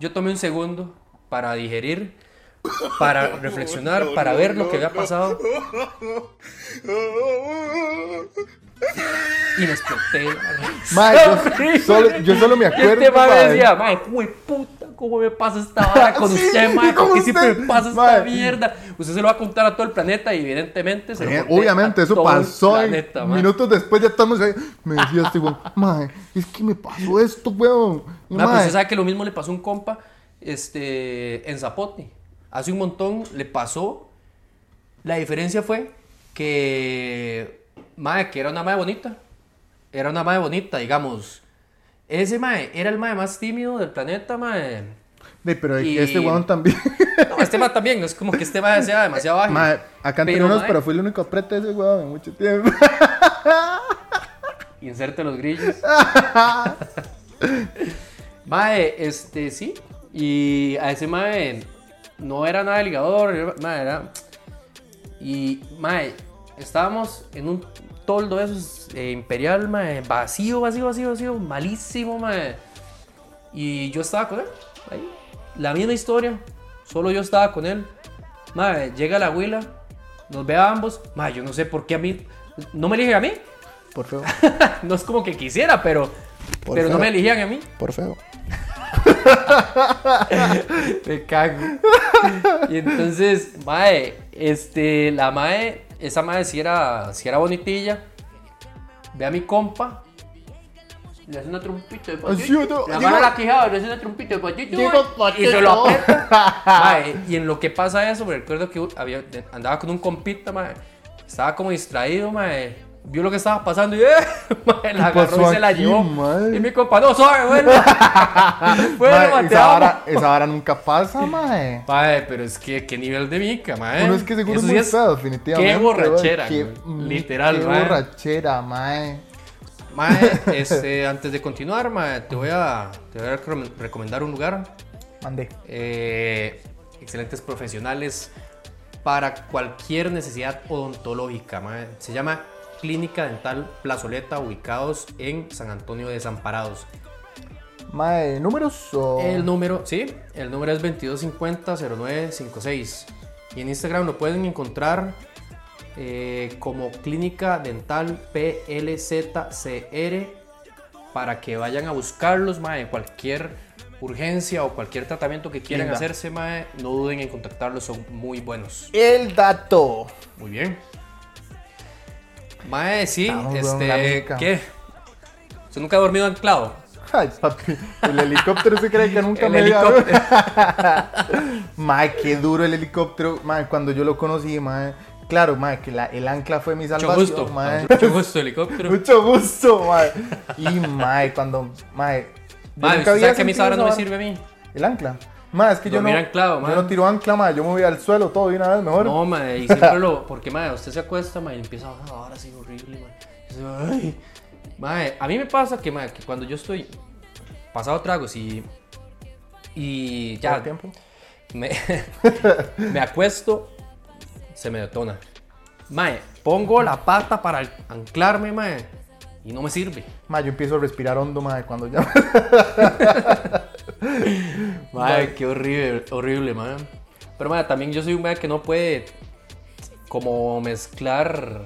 Speaker 2: yo tomé un segundo para digerir, para reflexionar, para ver lo que había pasado. Y me exploté.
Speaker 3: Mae, yo solo, yo solo me acuerdo.
Speaker 2: Este mae
Speaker 3: mae.
Speaker 2: decía, mae, cómo de puta, cómo me pasa esta vara con
Speaker 3: Sí,
Speaker 2: usted, mae,
Speaker 3: con
Speaker 2: ¿por qué
Speaker 3: usted,
Speaker 2: siempre me pasa esta
Speaker 3: mae.
Speaker 2: mierda? Usted se lo va a contar a todo el planeta y evidentemente se lo
Speaker 3: Eh,
Speaker 2: conté
Speaker 3: Obviamente,
Speaker 2: a
Speaker 3: eso
Speaker 2: todo el
Speaker 3: pasó. y
Speaker 2: planeta, mae.
Speaker 3: minutos después ya estamos ahí. Me decía este weón, mae, es que me pasó esto, weón. Y,
Speaker 2: Ma, pues
Speaker 3: mae,
Speaker 2: usted sabe que lo mismo le pasó a un compa este, en Zapote. Hace un montón le pasó. La diferencia fue que, mae, que era una mae bonita. Era una mae bonita, digamos. Ese mae era el mae más tímido del planeta, mae.
Speaker 3: de- pero
Speaker 2: y-
Speaker 3: este weón también.
Speaker 2: No, este mae también, no es como que este mae sea demasiado bajo.
Speaker 3: mae, acá entre
Speaker 2: Pero,
Speaker 3: unos,
Speaker 2: mae,
Speaker 3: pero fui el único prete de ese weón en mucho tiempo.
Speaker 2: Inserte los grillos. mae, este, sí. Y a ese mae no era nada ligador, era- mae, era... Y, mae, estábamos en un toldo de esos eh, imperial, mae, vacío, vacío, vacío, vacío, malísimo, mae. Y yo estaba con él, ahí. La misma historia, solo yo estaba con él. Mae, llega la huila, nos ve a ambos. Mae, yo no sé por qué a mí, no me eligen a mí,
Speaker 3: Por feo,
Speaker 2: no es como que quisiera, pero,
Speaker 3: Por
Speaker 2: pero no
Speaker 3: feo.
Speaker 2: me eligían a mí.
Speaker 3: por feo.
Speaker 2: Me cago. y entonces, mae, este, la mae, esa mae si era, sí era bonitilla. Ve a mi compa. Le hace una trompita de
Speaker 3: Así,
Speaker 2: patito.
Speaker 3: no,
Speaker 2: La
Speaker 3: digo-
Speaker 2: mano a la quijada, le hace una trompita de patito.
Speaker 3: Digo,
Speaker 2: Y se lo
Speaker 3: patito.
Speaker 2: aprieta. Mae, y en lo que pasa eso, me recuerdo que había- andaba con un compita, mae. Estaba como distraído, mae. Vio lo que estaba pasando y, eh, mae, la
Speaker 3: ¿Qué
Speaker 2: agarró
Speaker 3: pasó
Speaker 2: y se la
Speaker 3: aquí,
Speaker 2: llevó.
Speaker 3: mae?
Speaker 2: Y mi compa, no, suave, bueno. bueno,
Speaker 3: Mae,
Speaker 2: mae, te
Speaker 3: esa,
Speaker 2: amo.
Speaker 3: vara, esa vara nunca pasa, mae.
Speaker 2: Mae, pero es que qué nivel de mica, mae.
Speaker 3: Uno es que seguro
Speaker 2: Eh, Eso
Speaker 3: es
Speaker 2: sí
Speaker 3: muy feo, definitivamente.
Speaker 2: Qué
Speaker 3: weón.
Speaker 2: borrachera,
Speaker 3: Qué-
Speaker 2: güey. literal,
Speaker 3: Qué
Speaker 2: mae.
Speaker 3: borrachera, mae.
Speaker 2: Mae, este, antes de continuar, mae, te voy a, te voy a recom- recomendar un lugar.
Speaker 3: Mandé.
Speaker 2: Eh, excelentes profesionales para cualquier necesidad odontológica, mae. Se llama Clínica Dental Plazoleta, ubicados en San Antonio de Desamparados.
Speaker 3: Mae, números o.
Speaker 2: El número, sí, el número es 2250-0956. Y en Instagram lo pueden encontrar eh, como Clínica Dental PLZCR para que vayan a buscarlos, mae, cualquier urgencia o cualquier tratamiento que quieran
Speaker 3: Venga.
Speaker 2: hacerse, mae, no duden en contactarlos, son muy buenos.
Speaker 3: El dato.
Speaker 2: Muy bien. Mae, sí,
Speaker 3: Estamos, weón, la
Speaker 2: este,
Speaker 3: mica.
Speaker 2: ¿qué? ¿Usted nunca ha dormido anclado?
Speaker 3: Ay, papi. El helicóptero se cree que nunca
Speaker 2: El
Speaker 3: me dio.
Speaker 2: helicóptero.
Speaker 3: Mae, qué duro el helicóptero. Mae, cuando yo lo conocí, mae. Claro, mae, que la- el ancla fue mi
Speaker 2: Mucho
Speaker 3: salvación.
Speaker 2: gusto.
Speaker 3: mae.
Speaker 2: Mucho gusto, helicóptero.
Speaker 3: Mucho gusto, mae. Y mae, cuando. Mae. yo
Speaker 2: Madre,
Speaker 3: nunca
Speaker 2: usted
Speaker 3: había
Speaker 2: sabe que a mí
Speaker 3: sentido
Speaker 2: esa vara no
Speaker 3: esa
Speaker 2: me
Speaker 3: vara.
Speaker 2: sirve a mí.
Speaker 3: El ancla. Mae, es que yo no.
Speaker 2: Dormir anclado, mae.
Speaker 3: Yo no tiro ancla, mae. Yo me voy al suelo todo de una vez mejor.
Speaker 2: No, madre, y siempre lo. Porque, madre, usted se acuesta, madre, y empieza a bajar ahora sí horrible, madre. Y se va, ay. Madre, a mí me pasa que, madre, que cuando yo estoy pasado tragos y. Y
Speaker 3: Todo
Speaker 2: ya.
Speaker 3: el tiempo.
Speaker 2: Me, me acuesto, se me detona. Madre, pongo la pata para anclarme, madre, y no me sirve.
Speaker 3: Ma, yo empiezo a respirar hondo, ma, cuando ya...
Speaker 2: Madre, qué horrible, horrible, madre. Pero, madre, también yo soy un madre que no puede como mezclar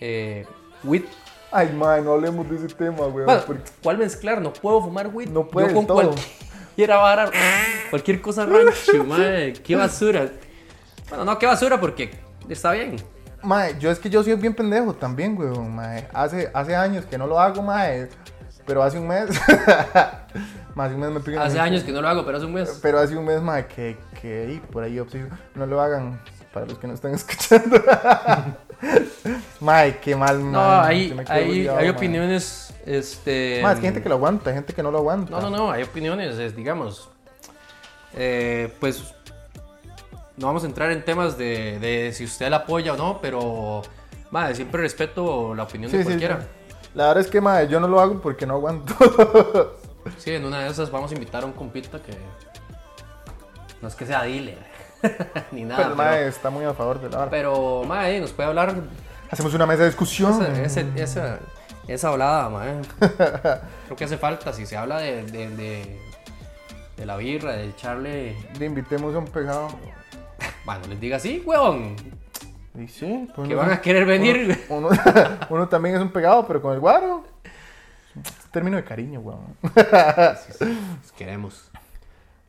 Speaker 2: eh, weed.
Speaker 3: Ay, madre, no hablemos de ese tema, weón.
Speaker 2: Bueno,
Speaker 3: porque-
Speaker 2: ¿cuál mezclar? No puedo fumar weed.
Speaker 3: No puedes,
Speaker 2: Yo con
Speaker 3: todo.
Speaker 2: cualquier vara, cualquier cosa rancho, madre. Qué basura. Bueno, no, qué basura porque está bien.
Speaker 3: Mae, yo es que yo soy bien pendejo también, weón, mae. Hace, hace años que no lo hago, mae. Pero hace un mes. mae, hace un mes me pican.
Speaker 2: Hace años que no lo hago, pero hace un mes.
Speaker 3: Pero hace un mes, mae, que, que y por ahí obsesivo. No lo hagan para los que no están escuchando. mae, qué mal, mae.
Speaker 2: No, hay,
Speaker 3: Se me quedó
Speaker 2: hay,
Speaker 3: bugueado,
Speaker 2: hay
Speaker 3: mae.
Speaker 2: opiniones, este...
Speaker 3: Mae, es que hay gente que lo aguanta, hay gente que no lo aguanta.
Speaker 2: No, no, no, hay opiniones, es, digamos. Eh, pues no vamos a entrar en temas de, de si usted la apoya o no, pero madre, siempre respeto la opinión
Speaker 3: Sí,
Speaker 2: de
Speaker 3: sí,
Speaker 2: cualquiera. Ah, Sí,
Speaker 3: sí. La verdad es que, mae, yo no lo hago porque no aguanto.
Speaker 2: en una de esas vamos a invitar a un compita que no es que sea dealer ni nada,
Speaker 3: pero,
Speaker 2: pero,
Speaker 3: mae, está muy a favor de la hora.
Speaker 2: pero, madre, nos puede hablar
Speaker 3: Hacemos una mesa de discusión.
Speaker 2: esa, ese- esa, esa hablada, madre. Creo que hace falta, si se habla de, de, de, de la birra, de echarle
Speaker 3: Le invitemos a un pegado.
Speaker 2: Bueno, les diga así, huevón.
Speaker 3: Y sí, pues
Speaker 2: Que
Speaker 3: uno-
Speaker 2: van a querer venir.
Speaker 3: Uno, uno también es un pegado, pero con el guaro. Término de cariño, weón.
Speaker 2: Los pues, queremos.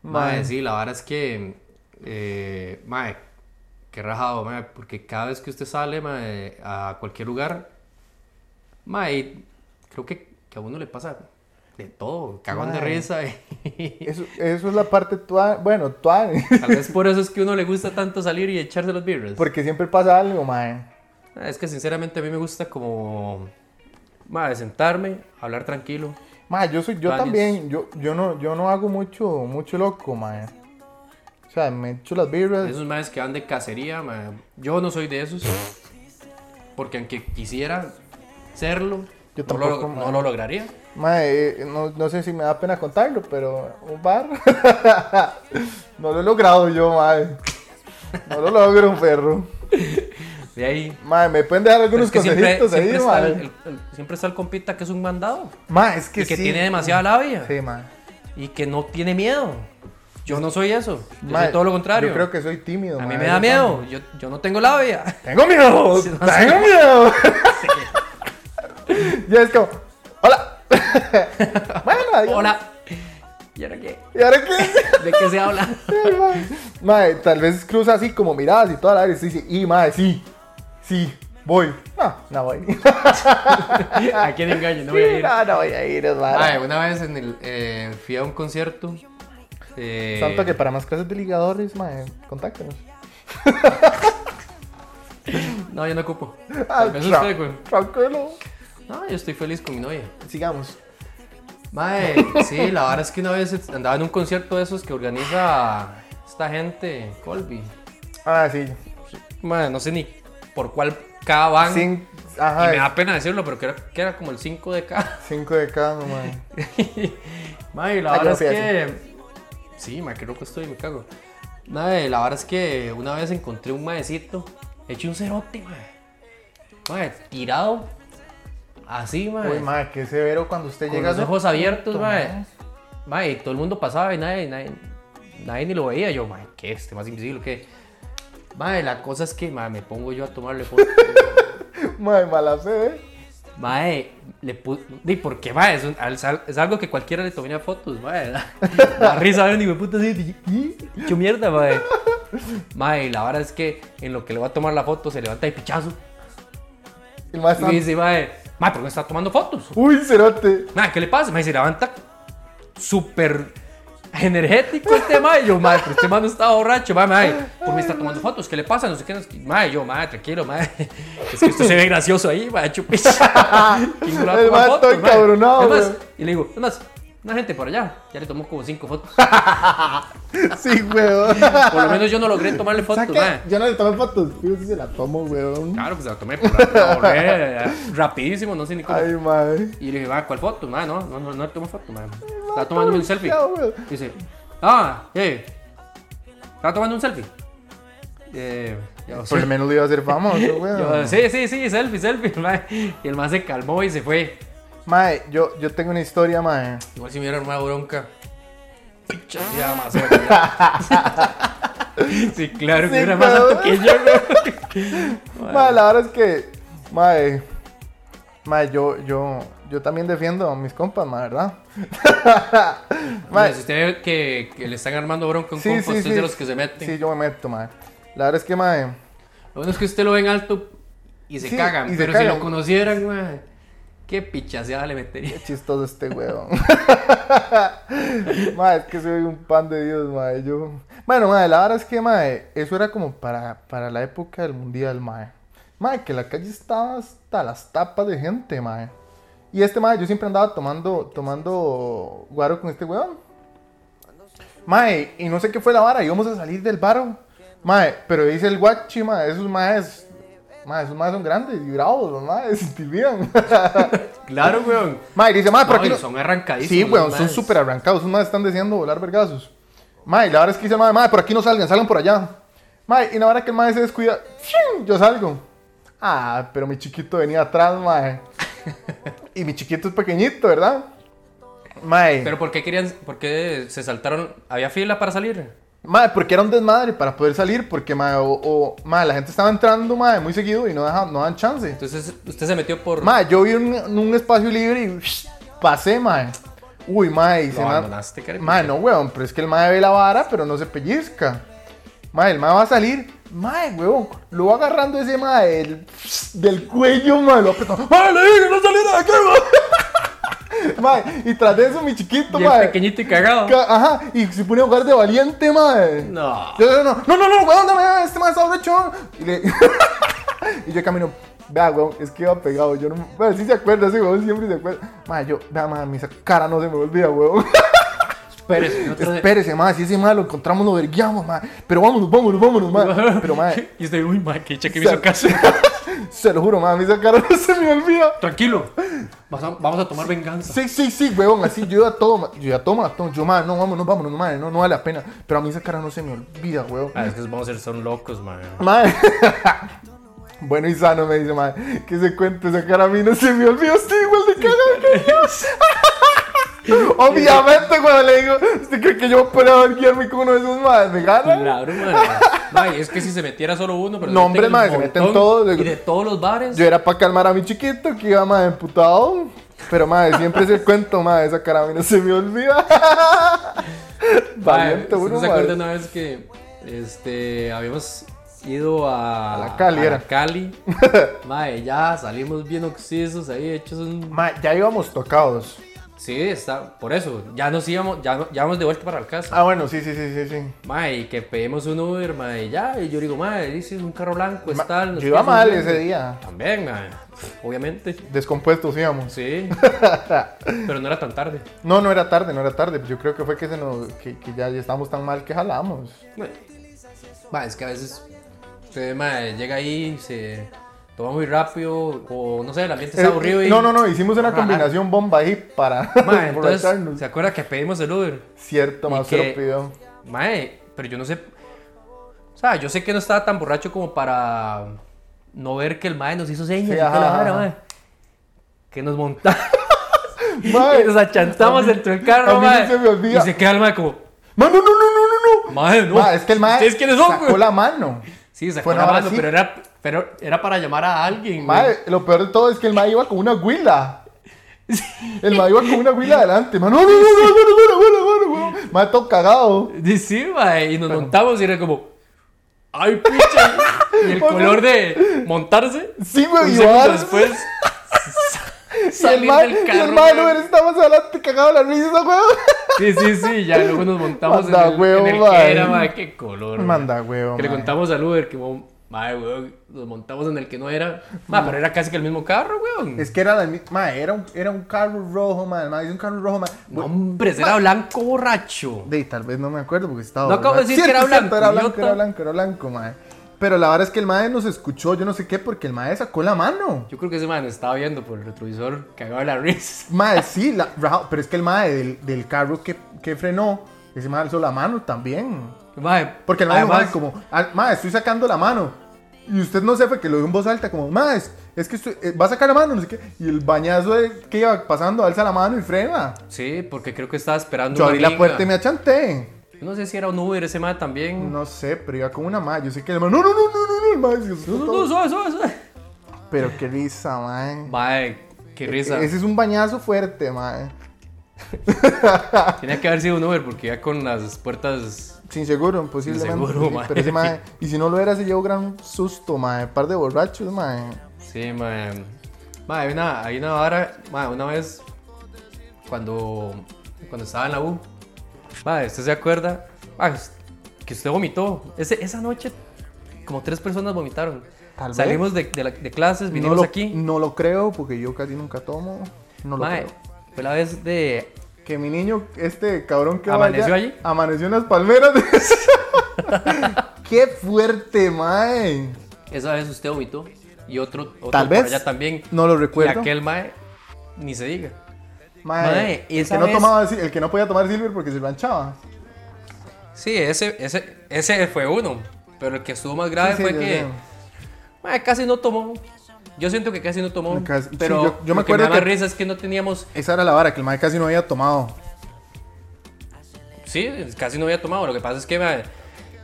Speaker 3: Mae.
Speaker 2: Mae, sí, la verdad es que. Eh, mae, qué rajado, mae. Porque cada vez que usted sale, mae, a cualquier lugar, mae, creo que, que a uno le pasa de todo. Cagón de
Speaker 3: Mae.
Speaker 2: risa.
Speaker 3: Eso, eso es la parte tua, bueno, tua,
Speaker 2: Tal vez por eso es que a uno le gusta tanto salir y echarse los birras.
Speaker 3: porque siempre pasa algo, mae.
Speaker 2: Ah, Es que sinceramente a mí me gusta como. Mae, sentarme, hablar tranquilo.
Speaker 3: Mae, yo soy yo
Speaker 2: Planes.
Speaker 3: también, yo yo no yo no hago mucho mucho loco, mae. O sea, me echo las birras.
Speaker 2: Esos maes que van de cacería, mae, yo no soy de esos. Porque aunque quisiera serlo,
Speaker 3: Yo
Speaker 2: no,
Speaker 3: tampoco,
Speaker 2: lo, no
Speaker 3: mae.
Speaker 2: lo lograría.
Speaker 3: Mae, eh, no, no sé si me da pena contarlo, pero un bar. no lo he logrado yo, mae. No lo logro, perro.
Speaker 2: De ahí.
Speaker 3: Mae, me pueden dejar
Speaker 2: pero
Speaker 3: algunos
Speaker 2: es que siempre,
Speaker 3: consejitos
Speaker 2: siempre
Speaker 3: ahí,
Speaker 2: está
Speaker 3: mae.
Speaker 2: el, el- el- siempre está el compita que es un mandado.
Speaker 3: Mae, es que,
Speaker 2: y que
Speaker 3: sí.
Speaker 2: tiene demasiada labia.
Speaker 3: Sí, mae.
Speaker 2: Y que no tiene miedo. Yo no soy eso. Yo
Speaker 3: Mae,
Speaker 2: soy todo lo contrario.
Speaker 3: Yo creo que soy tímido.
Speaker 2: A mí
Speaker 3: mae,
Speaker 2: me
Speaker 3: yo
Speaker 2: da miedo. Yo, yo no tengo labia.
Speaker 3: también. Tengo miedo.
Speaker 2: Sí, no sé.
Speaker 3: tengo miedo. ya es como, hola. bueno, adiós.
Speaker 2: Hola. ¿Y ahora qué?
Speaker 3: ¿Y ahora qué?
Speaker 2: ¿De qué se habla?
Speaker 3: Mae, Mae, tal vez cruza así como miradas y toda la área y dice, y mae, sí, sí, voy. No, no voy. Ah,
Speaker 2: ¿A quién engaño? No voy a ir.
Speaker 3: No, no voy a ir, es vara.
Speaker 2: Mae, Ah, una vez en el, eh, fui a un concierto. eh,
Speaker 3: Tanto que para más clases de ligadores, mae, contáctenos.
Speaker 2: No, yo no ocupo.
Speaker 3: Ah,
Speaker 2: Tal vez
Speaker 3: tra-
Speaker 2: usted, güey.
Speaker 3: Tranquilo.
Speaker 2: No, yo estoy feliz con mi novia.
Speaker 3: Sigamos.
Speaker 2: Mae, sí, la verdad es que una vez andaba en un concierto de esos que organiza esta gente, Colby.
Speaker 3: Ah, sí.
Speaker 2: Mae, no sé ni por cuál K van.
Speaker 3: Cin-
Speaker 2: y me
Speaker 3: Ajá,
Speaker 2: da pena decirlo, pero que era, que era como el 5 de K.
Speaker 3: 5 de cada, mae.
Speaker 2: Mae, la
Speaker 3: Ah, yo
Speaker 2: verdad es
Speaker 3: fui a
Speaker 2: que. Sí, mae, qué loco estoy, me cago. Mae, la verdad es que una vez encontré un maecito, hecho un cerote, mae. Mae, tirado. Así, mae.
Speaker 3: Uy, madre, qué severo cuando usted
Speaker 2: con
Speaker 3: llega.
Speaker 2: los
Speaker 3: a-
Speaker 2: ojos abiertos,
Speaker 3: Puto,
Speaker 2: mae.
Speaker 3: mae.
Speaker 2: Mae, y todo el mundo pasaba y nadie, nadie, nadie ni lo veía. Yo, mae, ¿qué es? Este más invisible, ¿qué? Mae, la cosa es que, mae, me pongo yo a tomarle foto.
Speaker 3: Mae, mala fe. ¿eh?
Speaker 2: Mae, le puse. ¿Y por qué, mae? Es, un- al- sal- es algo que cualquiera le tomaría fotos, mae. La risa, ni me puta así. dije, "¿Y? ¡Qué mierda, mae! Mae, la verdad es que en lo que le va a tomar la foto se levanta de pichazo.
Speaker 3: El mae
Speaker 2: Y
Speaker 3: está-
Speaker 2: me dice, mae, mae, ¿por qué me está tomando fotos?
Speaker 3: Uy, cerote.
Speaker 2: Mae, ¿qué le pasa? Mae, se levanta súper energético este mae. Yo, mae, pero este mae no está borracho, mae, mae. ¿Por qué me está tomando fotos? ¿Qué le pasa? No sé qué. no sé qué. Mae, yo, mae, tranquilo, mae. Es que usted se ve gracioso ahí, mae, chupis. ¿Quién le va a
Speaker 3: El
Speaker 2: tomar
Speaker 3: mae está
Speaker 2: fotos, mae?
Speaker 3: encabronado,
Speaker 2: Es más,
Speaker 3: güey.
Speaker 2: Y le digo, es más, una gente por allá. Ya le tomó como cinco fotos.
Speaker 3: Sí, weón.
Speaker 2: Por lo menos yo no logré tomarle fotos,
Speaker 3: Saque-
Speaker 2: mae.
Speaker 3: Yo no le tomé fotos. Yo sí se la tomo, weón.
Speaker 2: Claro, pues la tomé, pero la la borré eh, rapidísimo, no sé ni cómo.
Speaker 3: Ay, mae.
Speaker 2: Y le dije, "Ma, ¿cuál foto? Ma, no, no, no, no le tomo foto, ma. Estaba tomándome un selfie.
Speaker 3: demasiado, weón.
Speaker 2: Y dice, ah, eh. Estaba tomando un selfie. Eh, yo,
Speaker 3: Por lo
Speaker 2: sí,
Speaker 3: menos le iba a ser famoso,
Speaker 2: Yo,
Speaker 3: weón.
Speaker 2: sí, sí, sí, selfie, selfie. ma. Y el más se calmó y se fue.
Speaker 3: Mae, yo, yo tengo una historia, mae.
Speaker 2: Igual si me hubiera armado bronca. picha, ya, más se me caía. Sí, claro, que
Speaker 3: Sí,
Speaker 2: era más
Speaker 3: pero-
Speaker 2: alto que yo,
Speaker 3: Mae, la verdad es que, mae, mae, yo, yo, yo también defiendo a mis compas, mae, ¿verdad?
Speaker 2: Bueno,
Speaker 3: Mae,
Speaker 2: si usted ve que, que le están armando bronca a un compa, usted es de los que se meten.
Speaker 3: Sí, yo me meto, mae. La verdad es que, mae,
Speaker 2: Lo bueno es que usted lo ve en alto y se
Speaker 3: Sí,
Speaker 2: cagan,
Speaker 3: y se
Speaker 2: pero si
Speaker 3: cagan.
Speaker 2: lo conocieran, mae, qué pichaseada le metería.
Speaker 3: qué chistoso este huevo. mae, es que soy un pan de Dios, mae, yo... Bueno, mae, la verdad es que, mae, eso era como para, para la época del mundial, mae. Mae, que la calle estaba hasta las tapas de gente, mae. Y este, mae, yo siempre andaba tomando, tomando guaro con este huevón. Mae, y no sé qué fue la vara, íbamos a salir del baro. Mae, pero dice el guachi, mae, esos maes, mae, esos maes son grandes y bravos, los maes, se intimidan.
Speaker 2: Claro, weón.
Speaker 3: mae, dice, mae,
Speaker 2: Ah,
Speaker 3: pero
Speaker 2: No,
Speaker 3: aquí
Speaker 2: y
Speaker 3: no-
Speaker 2: son arrancadísimos.
Speaker 3: Sí,
Speaker 2: los
Speaker 3: weón, son
Speaker 2: maes.
Speaker 3: súper arrancados, esos maes están deseando volar vergazos. Mae, la verdad es que dice el mae, mae, por aquí no salgan, salgan por allá. Mae, y la verdad que el mae se descuida, ¡fiu! yo salgo. Ah, pero mi chiquito venía atrás, mae. y mi chiquito es pequeñito, ¿verdad? Mae.
Speaker 2: Pero ¿por qué querían, por qué se saltaron? ¿Había fila para salir?
Speaker 3: Madre, porque era un desmadre para poder salir, porque madre, o, o, madre, la gente estaba entrando madre, muy seguido y no, deja- no dan chance.
Speaker 2: Entonces usted se metió por...
Speaker 3: Madre, yo vi un, un espacio libre y ush, pasé, madre. Uy, madre, y se
Speaker 2: lo
Speaker 3: ma-
Speaker 2: abandonaste, cariño.
Speaker 3: Madre, no, weón, pero es que el madre ve la vara, pero no se pellizca. Madre, el madre va a salir. Madre, weón, lo va agarrando ese madre del, del cuello, madre, lo apretó. Madre, le dije, no saliera de aquí, madre. Madre, y tras de eso mi chiquito,
Speaker 2: Y el
Speaker 3: madre.
Speaker 2: pequeñito y cagado.
Speaker 3: ca- Ajá, y se pone a jugar de valiente, madre.
Speaker 2: No.
Speaker 3: Yo, no, no, no, no, no, weón, dame, dame, este man está borracho. Y, le- y yo camino, vea, weón, es que iba pegado. Yo no, bueno, sí se acuerda, sí, weón, siempre se acuerda. Ma, yo, vea, ma, mi cara no se me olvida, weón.
Speaker 2: Espérese. no te-
Speaker 3: Espérese, ma, si ese mal lo encontramos, lo verguiamos, ma. Pero vámonos, vámonos, vámonos, ma. Pero, ma,
Speaker 2: Y estoy, uy, ma, que hecha que me hizo caso.
Speaker 3: se lo juro, ma, a mí esa cara no se me olvida.
Speaker 2: Tranquilo. Vas a- vamos a tomar venganza.
Speaker 3: Sí, sí, sí, weón, así yo ya todo, ma, yo ya todo maratón. Yo, ma, no, vámonos, vámonos, ma, no, no vale la pena. Pero a mí esa cara no se me olvida, weón.
Speaker 2: Ah, es que vamos a ser son locos, man.
Speaker 3: Madre. Bueno y sano me dice, madre, que se cuente esa cara a mí no se me olvidó, estoy igual de cagado que yo. Obviamente cuando le digo, ¿usted cree que yo voy a poner a guiarme con uno de esos madres? ¿Me gana?
Speaker 2: Claro, man. Mae, es que si se metiera solo uno, pero. se
Speaker 3: No,
Speaker 2: meten
Speaker 3: hombre,
Speaker 2: el
Speaker 3: mae, se meten
Speaker 2: montón
Speaker 3: todos.
Speaker 2: Y de todos los bares.
Speaker 3: Yo era para calmar a mi chiquito que iba más emputado. Pero madre, siempre es el cuento, madre, esa cara a mí no se me olvida.
Speaker 2: Mae,
Speaker 3: Valiente
Speaker 2: ¿usted
Speaker 3: uno,
Speaker 2: no se acuerda
Speaker 3: madre.
Speaker 2: Ah, una vez que este, habíamos ido a.
Speaker 3: A la Cali,
Speaker 2: a la
Speaker 3: era.
Speaker 2: Cali. Mae, ya salimos bien oxisos ahí, hechos un.
Speaker 3: Madre, ya íbamos tocados.
Speaker 2: Sí, está. Por eso, ya nos íbamos, ya, no- ya vamos de vuelta para la casa.
Speaker 3: Ah, bueno, sí, sí, sí, sí, sí.
Speaker 2: Mae, y que pedimos un Uber, mae, ya. Y yo digo, mae, dice es un carro blanco,
Speaker 3: Ma-
Speaker 2: es tal. nos
Speaker 3: yo iba
Speaker 2: pides un
Speaker 3: mal
Speaker 2: Uber".
Speaker 3: ese día.
Speaker 2: También, mae. Obviamente.
Speaker 3: Descompuestos íbamos.
Speaker 2: Sí. Pero no era tan tarde.
Speaker 3: No, no era tarde, no era tarde. Yo creo que fue que, se nos, que, que ya, ya estábamos tan mal que jalamos.
Speaker 2: Ma, es que a veces usted ma, llega ahí, se toma muy rápido, o no sé, el ambiente está
Speaker 3: Eh,
Speaker 2: aburrido y.
Speaker 3: No, no, no, hicimos una
Speaker 2: Ojalá.
Speaker 3: combinación bomba ahí para
Speaker 2: Ma, entonces,
Speaker 3: emborracharnos.
Speaker 2: ¿se acuerda que pedimos el Uber?
Speaker 3: Cierto,
Speaker 2: y
Speaker 3: más se
Speaker 2: que-
Speaker 3: lo pidió.
Speaker 2: Mae, pero yo no sé. O sea, yo sé que no estaba tan borracho como para no ver que el mae nos hizo señas
Speaker 3: Sí,
Speaker 2: y toda
Speaker 3: ajá,
Speaker 2: la vara,
Speaker 3: ajá.
Speaker 2: mae. Que nos montamos
Speaker 3: Mae,
Speaker 2: y nos achantamos dentro del carro,
Speaker 3: a mí no
Speaker 2: mae.
Speaker 3: se me olvida.
Speaker 2: Y se queda el mae como,
Speaker 3: No, no, no, no, no, no, no.
Speaker 2: mae, no.
Speaker 3: Ma, es que el mae
Speaker 2: ¿Ustedes quiénes son,
Speaker 3: sacó
Speaker 2: güey?"
Speaker 3: la mano.
Speaker 2: Sí, sacó
Speaker 3: Fue
Speaker 2: la
Speaker 3: una vara
Speaker 2: mano,
Speaker 3: así.
Speaker 2: pero era, pero era para llamar a alguien, güey.
Speaker 3: Mae, lo peor de todo es que el mae iba con una huila. El mae iba con una huila adelante. Mae, no, no, no, no, no, no, no, no, no, no, no. Mae, todo cagado.
Speaker 2: Sí, sí, mae, y nos montamos y era como, ay, picha. y el color de montarse.
Speaker 3: Sí,
Speaker 2: un
Speaker 3: güey, y
Speaker 2: segundo
Speaker 3: va-
Speaker 2: después.
Speaker 3: Y el
Speaker 2: salir
Speaker 3: mae,
Speaker 2: del
Speaker 3: y
Speaker 2: carro.
Speaker 3: el mae, no,
Speaker 2: güey.
Speaker 3: estábamos adelante, cagado la risa, güey.
Speaker 2: Sí, sí, sí, ya luego nos montamos
Speaker 3: Manda
Speaker 2: en el,
Speaker 3: huevo,
Speaker 2: en el
Speaker 3: mae.
Speaker 2: que era, mae, qué color. güey.
Speaker 3: Manda huevo,
Speaker 2: Que le
Speaker 3: mae.
Speaker 2: contamos al Uber que, como, mae, weón, nos montamos en el que no era. Mae, pero era casi que el mismo carro, weón.
Speaker 3: Es que era la mi- ma, era un, era un carro rojo, ma, ma, es un carro rojo, ma.
Speaker 2: No, hombre, ese era blanco borracho.
Speaker 3: De, tal vez no me acuerdo porque estaba.
Speaker 2: No acabo de
Speaker 3: borracho.
Speaker 2: decir que era blanco,
Speaker 3: era blanco,
Speaker 2: idiota.
Speaker 3: era blanco, era blanco, ma. Pero la verdad es que el mae nos escuchó, yo no sé qué, porque el mae sacó la mano.
Speaker 2: Yo creo que ese man estaba viendo por el retrovisor, cagado de la risa.
Speaker 3: Mae, sí, la, ra- pero es que el mae del, del carro que, que frenó, ese mae alzó la mano también.
Speaker 2: Mae,
Speaker 3: Porque el mae dijo,
Speaker 2: además,
Speaker 3: mae, como, "Ah, mae, estoy sacando la mano. Y usted no sepa que lo dio en voz alta, como, mae, es que usted, eh, va a sacar la mano, no sé qué. Y el bañazo de- que iba pasando, alza la mano y frena.
Speaker 2: Sí, porque creo que estaba esperando.
Speaker 3: Yo
Speaker 2: una
Speaker 3: abrí la
Speaker 2: amiga.
Speaker 3: puerta y me achanté.
Speaker 2: Yo no sé si era un Uber ese mae también.
Speaker 3: No sé, pero iba con una más. Yo sé que el man, no, no, no, no, no, no, el man se asustó
Speaker 2: No, no,
Speaker 3: todo.
Speaker 2: no, suave, suave, suave.
Speaker 3: Pero qué risa, man.
Speaker 2: Mae, qué risa.
Speaker 3: E- Ese es un bañazo fuerte, man.
Speaker 2: Tenía que haber sido un Uber porque ya con las puertas.
Speaker 3: Sin seguro, imposiblemente.
Speaker 2: Sin seguro,
Speaker 3: Sí,
Speaker 2: mae.
Speaker 3: Pero ese mae- y si no lo era, se llevó gran susto, mae. Par de borrachos, mae.
Speaker 2: Sí, mae. Mae, hay una, hay una vara. Mae, una vez. Cuando. Cuando estaba en la U. Mae, ¿usted se acuerda? Mae, us- que usted vomitó. Ese- esa noche, como tres personas vomitaron.
Speaker 3: Tal vez.
Speaker 2: Salimos de, de la- de clases, vinimos
Speaker 3: no lo,
Speaker 2: aquí.
Speaker 3: No lo creo, porque yo casi nunca tomo. No lo
Speaker 2: Mae,
Speaker 3: creo.
Speaker 2: fue la vez de.
Speaker 3: Que mi niño, este cabrón que
Speaker 2: ¿Amaneció
Speaker 3: vaya,
Speaker 2: allí?
Speaker 3: Amaneció en las palmeras. ¡Qué fuerte, eh. mae!
Speaker 2: Esa vez usted vomitó. Y otro. otro
Speaker 3: Tal
Speaker 2: por
Speaker 3: vez.
Speaker 2: allá también.
Speaker 3: No lo
Speaker 2: Y
Speaker 3: recuerdo.
Speaker 2: aquel mae, ni se diga.
Speaker 3: Mae,
Speaker 2: Mae,
Speaker 3: el,
Speaker 2: esa
Speaker 3: que no
Speaker 2: vez-
Speaker 3: tomaba, el que no podía tomar silver porque se manchaba.
Speaker 2: Sí, ese, ese, ese fue uno. Pero el que estuvo más grave
Speaker 3: Sí, sí,
Speaker 2: fue
Speaker 3: yo
Speaker 2: que
Speaker 3: sé.
Speaker 2: mae, casi no tomó. Yo siento que casi no tomó.
Speaker 3: Casi- sí,
Speaker 2: pero
Speaker 3: yo- yo me
Speaker 2: lo que
Speaker 3: acuerdo
Speaker 2: me da
Speaker 3: que-
Speaker 2: risa es que no teníamos.
Speaker 3: Esa era la vara, que el mae casi no había tomado.
Speaker 2: Sí, casi no había tomado. Lo que pasa es que mae,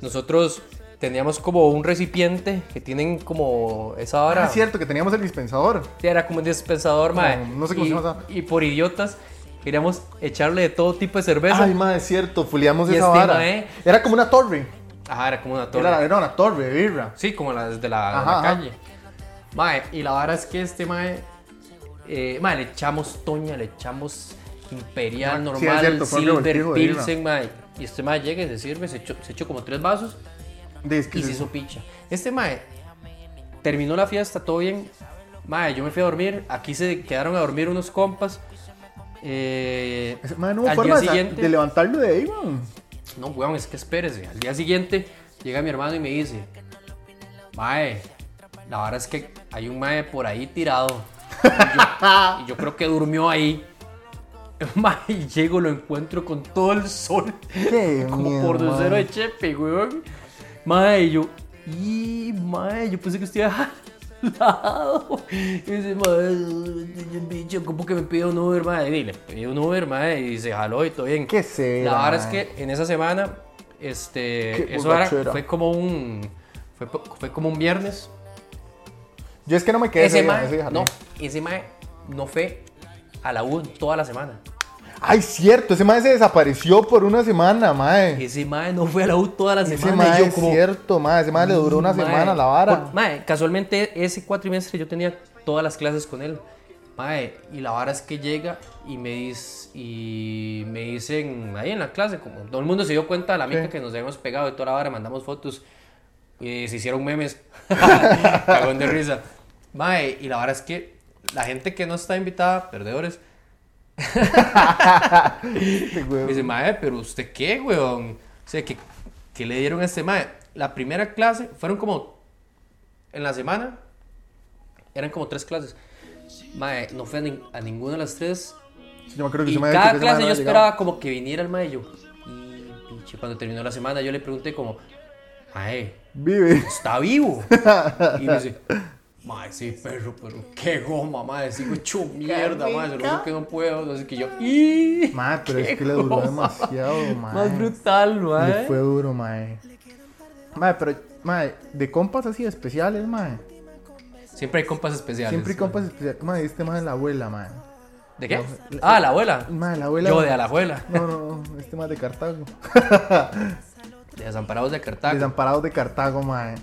Speaker 2: nosotros teníamos como un recipiente que tienen como esa
Speaker 3: Ah,
Speaker 2: hora.
Speaker 3: es cierto, que teníamos el dispensador.
Speaker 2: Era como un dispensador, mae.
Speaker 3: no sé cómo
Speaker 2: y,
Speaker 3: se llama
Speaker 2: Y por idiotas queríamos echarle de todo tipo de cerveza.
Speaker 3: Ay, mae, es cierto, fuleamos
Speaker 2: Pues, Y
Speaker 3: esa
Speaker 2: este
Speaker 3: vara.
Speaker 2: mae-
Speaker 3: Era como una torre.
Speaker 2: Ajá, era como una torre.
Speaker 3: Era, era una torre de birra.
Speaker 2: Sí, como las de la, de
Speaker 3: Ajá,
Speaker 2: la
Speaker 3: ajá.
Speaker 2: calle. Mae, y la vara es que este mae. eh, mae, le echamos Toña, le echamos Imperial
Speaker 3: Ma- sí, es
Speaker 2: normal,
Speaker 3: cierto, fue un
Speaker 2: Silver
Speaker 3: revoltijo de
Speaker 2: Pilsen, mae. Y este mae llega y se sirve, se echó, se echó como tres vasos
Speaker 3: Dice que
Speaker 2: y se hizo picha. Este mae terminó la fiesta, todo bien. Mae, yo me fui a dormir. Aquí se quedaron a dormir unos compas. Eh,
Speaker 3: Ese mae, no hubo
Speaker 2: al
Speaker 3: forma
Speaker 2: día
Speaker 3: de, sa-
Speaker 2: siguiente.
Speaker 3: de levantarlo de ahí, man.
Speaker 2: No, weón, es que espérese. Al día siguiente llega mi hermano y me dice, Mae, la verdad es que hay un Mae por ahí tirado. Y yo, y yo creo que durmió ahí. Mae, y llego, lo encuentro con todo el sol.
Speaker 3: Qué
Speaker 2: como
Speaker 3: miedo,
Speaker 2: por cero
Speaker 3: mae.
Speaker 2: de chepe, weón. Mae, y yo, y Mae, yo pensé que usted iba lado. Y dice, Mae, bicho, ¿cómo que me pide un Uber, Mae? Y le pedí un Uber, Mae, y se jaló y todo bien.
Speaker 3: Qué severa,
Speaker 2: La verdad es
Speaker 3: mae.
Speaker 2: que en esa semana, este,
Speaker 3: Qué
Speaker 2: eso era-
Speaker 3: borrachera.
Speaker 2: fue como un, fue, po- fue como un viernes.
Speaker 3: Yo es que no me quedé
Speaker 2: Ese
Speaker 3: día,
Speaker 2: mae,
Speaker 3: día,
Speaker 2: no, ese mae no fue a la U toda la semana.
Speaker 3: Ay, cierto, ese mae se desapareció por una semana, mae.
Speaker 2: Ese mae no fue a la U toda la
Speaker 3: Ese
Speaker 2: semana. y
Speaker 3: mae
Speaker 2: yo
Speaker 3: es
Speaker 2: como, Mm,
Speaker 3: cierto, mae. Ese mae le duró una
Speaker 2: mae,
Speaker 3: semana la vara.
Speaker 2: por- mae, casualmente ese cuatrimestre yo tenía todas las clases con él. Mae, y la vara es que llega y me, dice, y me dicen ahí en la clase, como todo el mundo se dio cuenta de la mica que nos habíamos pegado y toda la vara, mandamos fotos, y se hicieron memes, cagón de risa. Mae, y la vara es que la gente que no está invitada, perdedores,
Speaker 3: Este güey.
Speaker 2: me dice, mae, pero usted qué, weón. O sea, ¿qué, qué le dieron a este mae? La primera clase fueron como. En la semana eran como tres clases. Mae, no fue a, nin- a ninguna de las tres.
Speaker 3: Sí, yo me acuerdo que
Speaker 2: Y
Speaker 3: ese mae
Speaker 2: cada
Speaker 3: dijo que ese
Speaker 2: clase
Speaker 3: mae
Speaker 2: yo
Speaker 3: no había llegado.
Speaker 2: esperaba como que viniera el mae. y yo, y pinche, cuando terminó la semana yo le pregunté, como, mae,
Speaker 3: Vive.
Speaker 2: está vivo. Y me dice, mae, sí, perro, pero qué goma, mae, sigo hecho mierda, mae, no sé que no puedo, no sé qué yo. Y...
Speaker 3: Mae, pero
Speaker 2: qué
Speaker 3: es que le duró
Speaker 2: goma.
Speaker 3: demasiado, mae.
Speaker 2: Más brutal, ¿eh?
Speaker 3: Le
Speaker 2: mae.
Speaker 3: fue duro, mae. Mae, pero, mae, de compas así especiales, mae.
Speaker 2: Siempre hay compas especiales.
Speaker 3: Siempre hay compas especiales. Mae, este mae es la abuela, mae.
Speaker 2: ¿De qué? Ah, la abuela.
Speaker 3: Mae, la abuela.
Speaker 2: Yo de la abuela.
Speaker 3: No, no, no, este mae es de Cartago.
Speaker 2: De Desamparados de Cartago.
Speaker 3: Desamparados de Cartago, mae.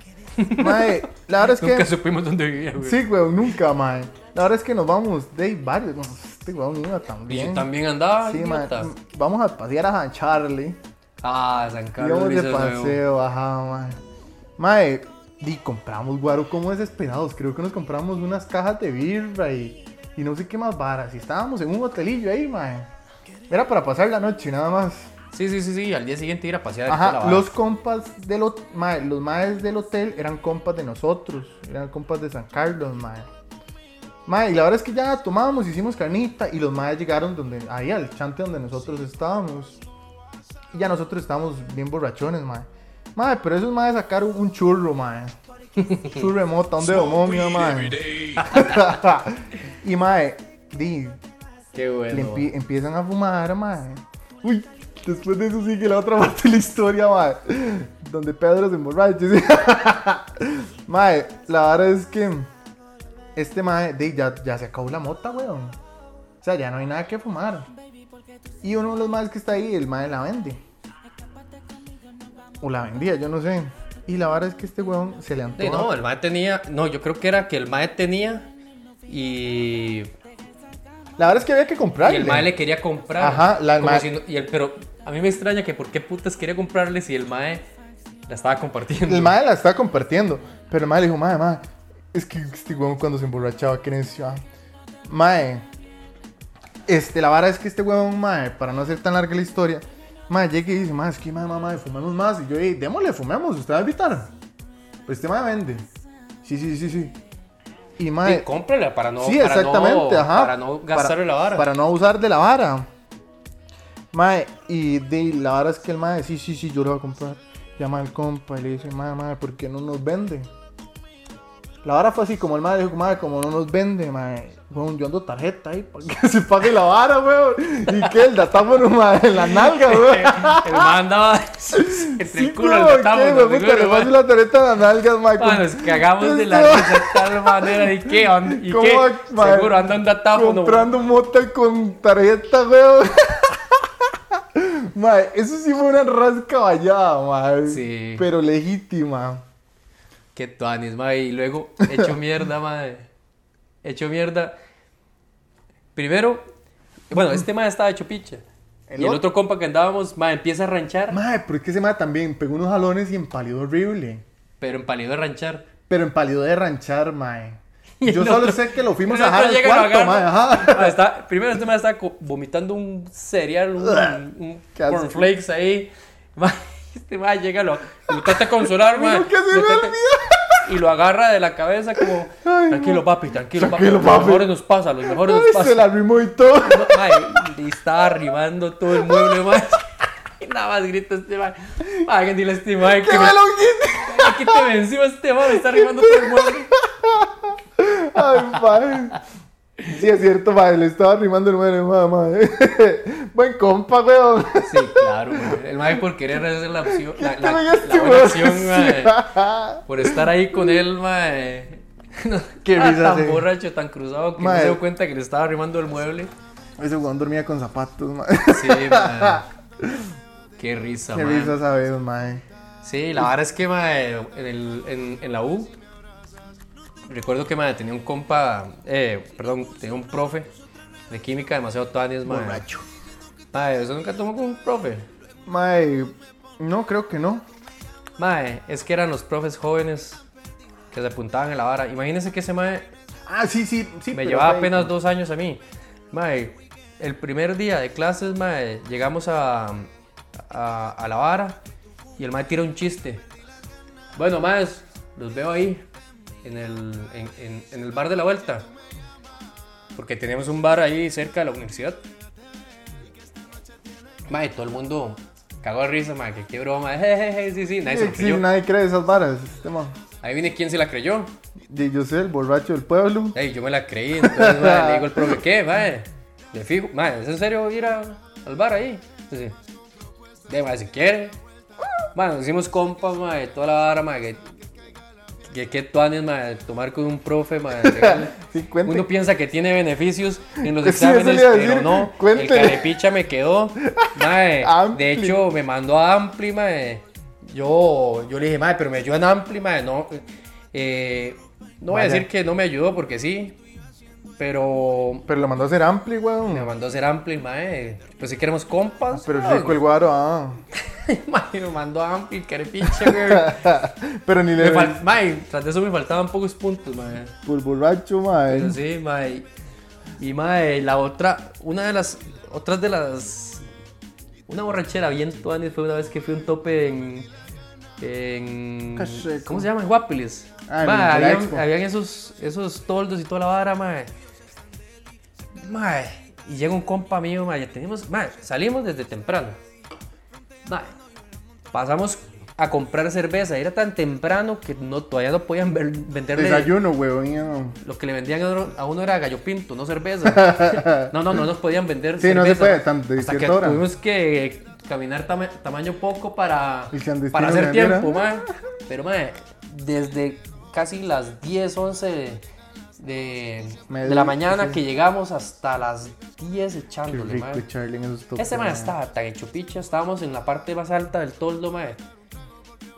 Speaker 3: Mae, la verdad es que.
Speaker 2: Nunca supimos dónde vivía, güey.
Speaker 3: Sí, weón, nunca, mae. La verdad es que nos vamos de varios. no, Este weón iba
Speaker 2: Y
Speaker 3: también.
Speaker 2: yo también andaba.
Speaker 3: Sí, mae.
Speaker 2: idiota.
Speaker 3: Vamos a pasear a San Charlie.
Speaker 2: Ah, San Carlos.
Speaker 3: Íbamos de
Speaker 2: Rizos, güey.
Speaker 3: paseo, ajá, mae. Mae, y compramos guaro como desesperados. Creo que nos compramos unas cajas de birra y, y no sé qué más varas. Y estábamos en un hotelillo ahí, mae. Era para pasar la noche, nada más.
Speaker 2: Sí, sí, sí, sí. Al día siguiente ir a pasear. toda la
Speaker 3: Ajá,
Speaker 2: vara.
Speaker 3: los compas del hotel, los maes del hotel eran compas de nosotros, eran compas de San Carlos, mae. Mae, y la verdad es que ya tomábamos, hicimos carnita y los maes llegaron donde, ahí al chante donde nosotros estábamos. Y ya nosotros estábamos bien borrachones, mae. Mae, pero esos maes sacaron un churro, mae. Su remota, un dedo momio, mae. y mae, di,
Speaker 2: Qué
Speaker 3: le
Speaker 2: bueno.
Speaker 3: empie- empiezan a fumar, mae. Uy, después de eso sigue la otra parte de la historia, mae. Donde Pedro se emborracha. ¿sí? mae, la verdad es que este mae, di, ya, ya se acabó la mota, weón. O sea, ya no hay nada que fumar. Y uno de los maes que está ahí, el mae la vende. O la vendía, yo no sé. Y la verdad es que este weón se le antoja.
Speaker 2: Sí, no, el mae tenía. No, yo creo que era que el mae tenía y.
Speaker 3: La verdad es que había que
Speaker 2: Y
Speaker 3: comprarle.
Speaker 2: el mae le quería comprar.
Speaker 3: Ajá, la- el
Speaker 2: Como
Speaker 3: mae-
Speaker 2: si no- y el- pero a mí me extraña que por qué putas quería comprarle si el mae la estaba compartiendo.
Speaker 3: El mae la está compartiendo. Pero el mae le dijo, mae, mae. Es que este weón cuando se emborrachaba, ¿qué necesidad? Mae. Este, la vara es que este weón, mae, para no hacer tan larga la historia, mae, llega y dice, mae, es que mae, mae, mae, fumemos más. Y yo, "Ey, démosle, fumemos, usted va a invitar. Pero este mae vende. Sí, sí, sí, sí. Y mae.
Speaker 2: Sí, cómprala para no.
Speaker 3: sí,
Speaker 2: para no-
Speaker 3: exactamente, ajá.
Speaker 2: Para no gastarle la vara.
Speaker 3: Para no abusar de la vara. Mae, y de, la vara es que el mae, sí, sí, sí, yo lo voy a comprar. Llama al compa y le dice, mae, mae, ¿por qué no nos vende? La vara fue así, como el mae dijo, mae, como no nos vende, mae, weón, yo ando tarjeta ahí para que se pague la vara, weón. Y que el datáfono, mae, en la nalga, weón.
Speaker 2: el mae andaba entre
Speaker 3: Sí,
Speaker 2: el culo
Speaker 3: weón,
Speaker 2: al
Speaker 3: ¿qué,
Speaker 2: datáfono,
Speaker 3: weón?
Speaker 2: seguro,
Speaker 3: Puta, le
Speaker 2: el
Speaker 3: paso
Speaker 2: mae.
Speaker 3: la tarjeta en las nalgas, mae.
Speaker 2: Ah,
Speaker 3: con-
Speaker 2: nos cagamos de la
Speaker 3: Este-
Speaker 2: risa de tal manera. ¿Y qué? ¿On- ¿Y
Speaker 3: ¿Cómo
Speaker 2: qué?
Speaker 3: va, mae?
Speaker 2: Seguro anda un datáfono.
Speaker 3: Comprando mota con tarjeta, weón. Mae, eso sí fue una rasca vallada, mae.
Speaker 2: Sí.
Speaker 3: Pero legítima.
Speaker 2: Qué tuanis, mae. Y luego, hecho mierda, mae. Hecho mierda. Primero, bueno, este mae estaba hecho picha.
Speaker 3: ¿El
Speaker 2: y el
Speaker 3: otro?
Speaker 2: otro compa que andábamos, mae, empieza a ranchar.
Speaker 3: Mae, pero es que ese mae también pegó unos jalones y empalió horrible.
Speaker 2: Pero empalido de ranchar.
Speaker 3: Pero empalió de ranchar, mae.
Speaker 2: Y el
Speaker 3: Yo solo
Speaker 2: otro-
Speaker 3: sé que lo fuimos
Speaker 2: El
Speaker 3: a
Speaker 2: otro
Speaker 3: dejar al
Speaker 2: llega y lo
Speaker 3: cuarto, mae.
Speaker 2: agarra.
Speaker 3: Ajá.
Speaker 2: Mae, está- primero, este mae estaba co- vomitando un cereal, un, un
Speaker 3: Qué asco.
Speaker 2: cornflakes ahí. Mae, este mae llega, lo, lo trata de consolar, mae.
Speaker 3: que se
Speaker 2: Lo
Speaker 3: me
Speaker 2: trata- Y lo agarra de la cabeza como,
Speaker 3: Ay,
Speaker 2: tranquilo, papi, tranquilo, papi.
Speaker 3: Tranquilo,
Speaker 2: Los
Speaker 3: papi.
Speaker 2: mejores nos pasa, los mejores nos
Speaker 3: Ay,
Speaker 2: pasa.
Speaker 3: se la arrimó y todo.
Speaker 2: No, mae, y estaba arrimando todo el mueble, mae. Y nada más grita este mae. Mae, que dile a este mae que
Speaker 3: ¡Qué
Speaker 2: me-
Speaker 3: me lo quité!
Speaker 2: aquí te ve encima este mae, me está arrimando todo el mueble.
Speaker 3: Ay, mae. Sí, es cierto, mae. Le estaba arrimando el mueble, mae, mae. Buen compa, weón.
Speaker 2: Sí, claro, mae. El mae por querer hacer la opción, la, la,
Speaker 3: Pero ya
Speaker 2: la
Speaker 3: este
Speaker 2: buena
Speaker 3: weón
Speaker 2: acción,
Speaker 3: sí.
Speaker 2: mae. Por estar ahí con él, mae. No,
Speaker 3: Qué
Speaker 2: estaba
Speaker 3: risa,
Speaker 2: tan
Speaker 3: sí.
Speaker 2: borracho, tan cruzado que no
Speaker 3: Mae.
Speaker 2: se dio cuenta que le estaba arrimando el mueble.
Speaker 3: Ese weón dormía con zapatos, mae.
Speaker 2: Sí, mae. Qué risa,
Speaker 3: Qué
Speaker 2: mae.
Speaker 3: risa esa vez, mae.
Speaker 2: Sí, la verdad es que mae, en, el- en- en la U, recuerdo que mae, tenía un compa, eh, perdón, tenía un profe de química demasiado tuanis, mae. Mae, ¿usted nunca tomó con un profe?
Speaker 3: Mae, no, creo que no.
Speaker 2: Mae, es que eran los profes jóvenes que se apuntaban en la vara. Imagínense que ese mae
Speaker 3: Ah, sí, sí, sí.
Speaker 2: me
Speaker 3: pero
Speaker 2: llevaba
Speaker 3: fue-
Speaker 2: apenas dos años a mí. Mae, el primer día de clases, mae, llegamos a, a, a la vara y el mae tira un chiste. Bueno, maes, los veo ahí en el, en, en- en el bar de la vuelta. Porque tenemos un bar ahí cerca de la universidad. Mae, todo el mundo cagó de risa, mae, que qué broma. Jejeje, sí, sí, nadie se
Speaker 3: Sí,
Speaker 2: lo
Speaker 3: sí,
Speaker 2: creyó.
Speaker 3: nadie cree esas varas. Este, mae.
Speaker 2: Ahí viene quien se la creyó.
Speaker 3: Y Yo soy el borracho del pueblo.
Speaker 2: Ey, yo me la creí, entonces mae, le digo al profe, ¿qué, mae? Le fijo, mae, ¿es en serio ir a- al bar ahí? Entonces, de mae, si quiere. Mae, nos hicimos compas, mae, toda la vara, mae, que, que, que tuanes, mae, tomar con un profe, mae. legal.
Speaker 3: Sí, cuente.
Speaker 2: Uno piensa que tiene beneficios en los
Speaker 3: Sí, eso le iba a
Speaker 2: exámenes,
Speaker 3: decir,
Speaker 2: pero no,
Speaker 3: cuente.
Speaker 2: el carepicha me quedó, mae,
Speaker 3: Ampli.
Speaker 2: de hecho me mandó a Ampli, mae. Yo, yo le dije, mae, pero me ayudó en Ampli, mae, no, eh, no voy a
Speaker 3: Vaya.
Speaker 2: decir que no me ayudó porque sí, pero
Speaker 3: Pero lo mandó a hacer amplio,
Speaker 2: me
Speaker 3: weón.
Speaker 2: mandó a hacer Ampli, mae, pues si queremos compas,
Speaker 3: Pero
Speaker 2: mae,
Speaker 3: rico el guaro, ah.
Speaker 2: mae, me mandó a Ampli, carepicha, güey.
Speaker 3: Pero ni
Speaker 2: Me
Speaker 3: le.
Speaker 2: fal- mae, tras de eso me faltaban pocos puntos, mae.
Speaker 3: Por borracho, mae.
Speaker 2: Pero sí, mae. Y mae, la otra, una de las, otras de las, una borrachera bien tuanis fue una vez que fui a un tope en, en,
Speaker 3: Cacheco.
Speaker 2: ¿cómo se llama? En Guapiles.
Speaker 3: Ah, en
Speaker 2: Mae,
Speaker 3: la
Speaker 2: habían,
Speaker 3: expo.
Speaker 2: habían esos, esos toldos y toda la vara, mae. Mae, y llega un compa mío, mae, ya tenemos, mae, salimos desde temprano. Mae, pasamos a comprar cerveza. Era tan temprano que no, todavía no podían ver- venderle.
Speaker 3: Desayuno, weón.
Speaker 2: Lo que le vendían a uno- a uno era gallo pinto, no cerveza. no, no, no nos podían vender
Speaker 3: Sí,
Speaker 2: cerveza.
Speaker 3: no se puede, tan- de
Speaker 2: Hasta que
Speaker 3: cierta hora.
Speaker 2: tuvimos que caminar tama- tamaño poco para,
Speaker 3: Y clandestino
Speaker 2: para hacer
Speaker 3: me
Speaker 2: tiempo,
Speaker 3: mira.
Speaker 2: mae. Pero, mae, desde casi las 10, 11 de, de
Speaker 3: Mediodía,
Speaker 2: la mañana
Speaker 3: sí.
Speaker 2: que llegamos hasta las 10
Speaker 3: Qué
Speaker 2: echándole,
Speaker 3: rico,
Speaker 2: mae.
Speaker 3: Charlie, en esos topes,
Speaker 2: Ese mae estaba tan hecho picha, estábamos en la parte más alta del toldo, mae.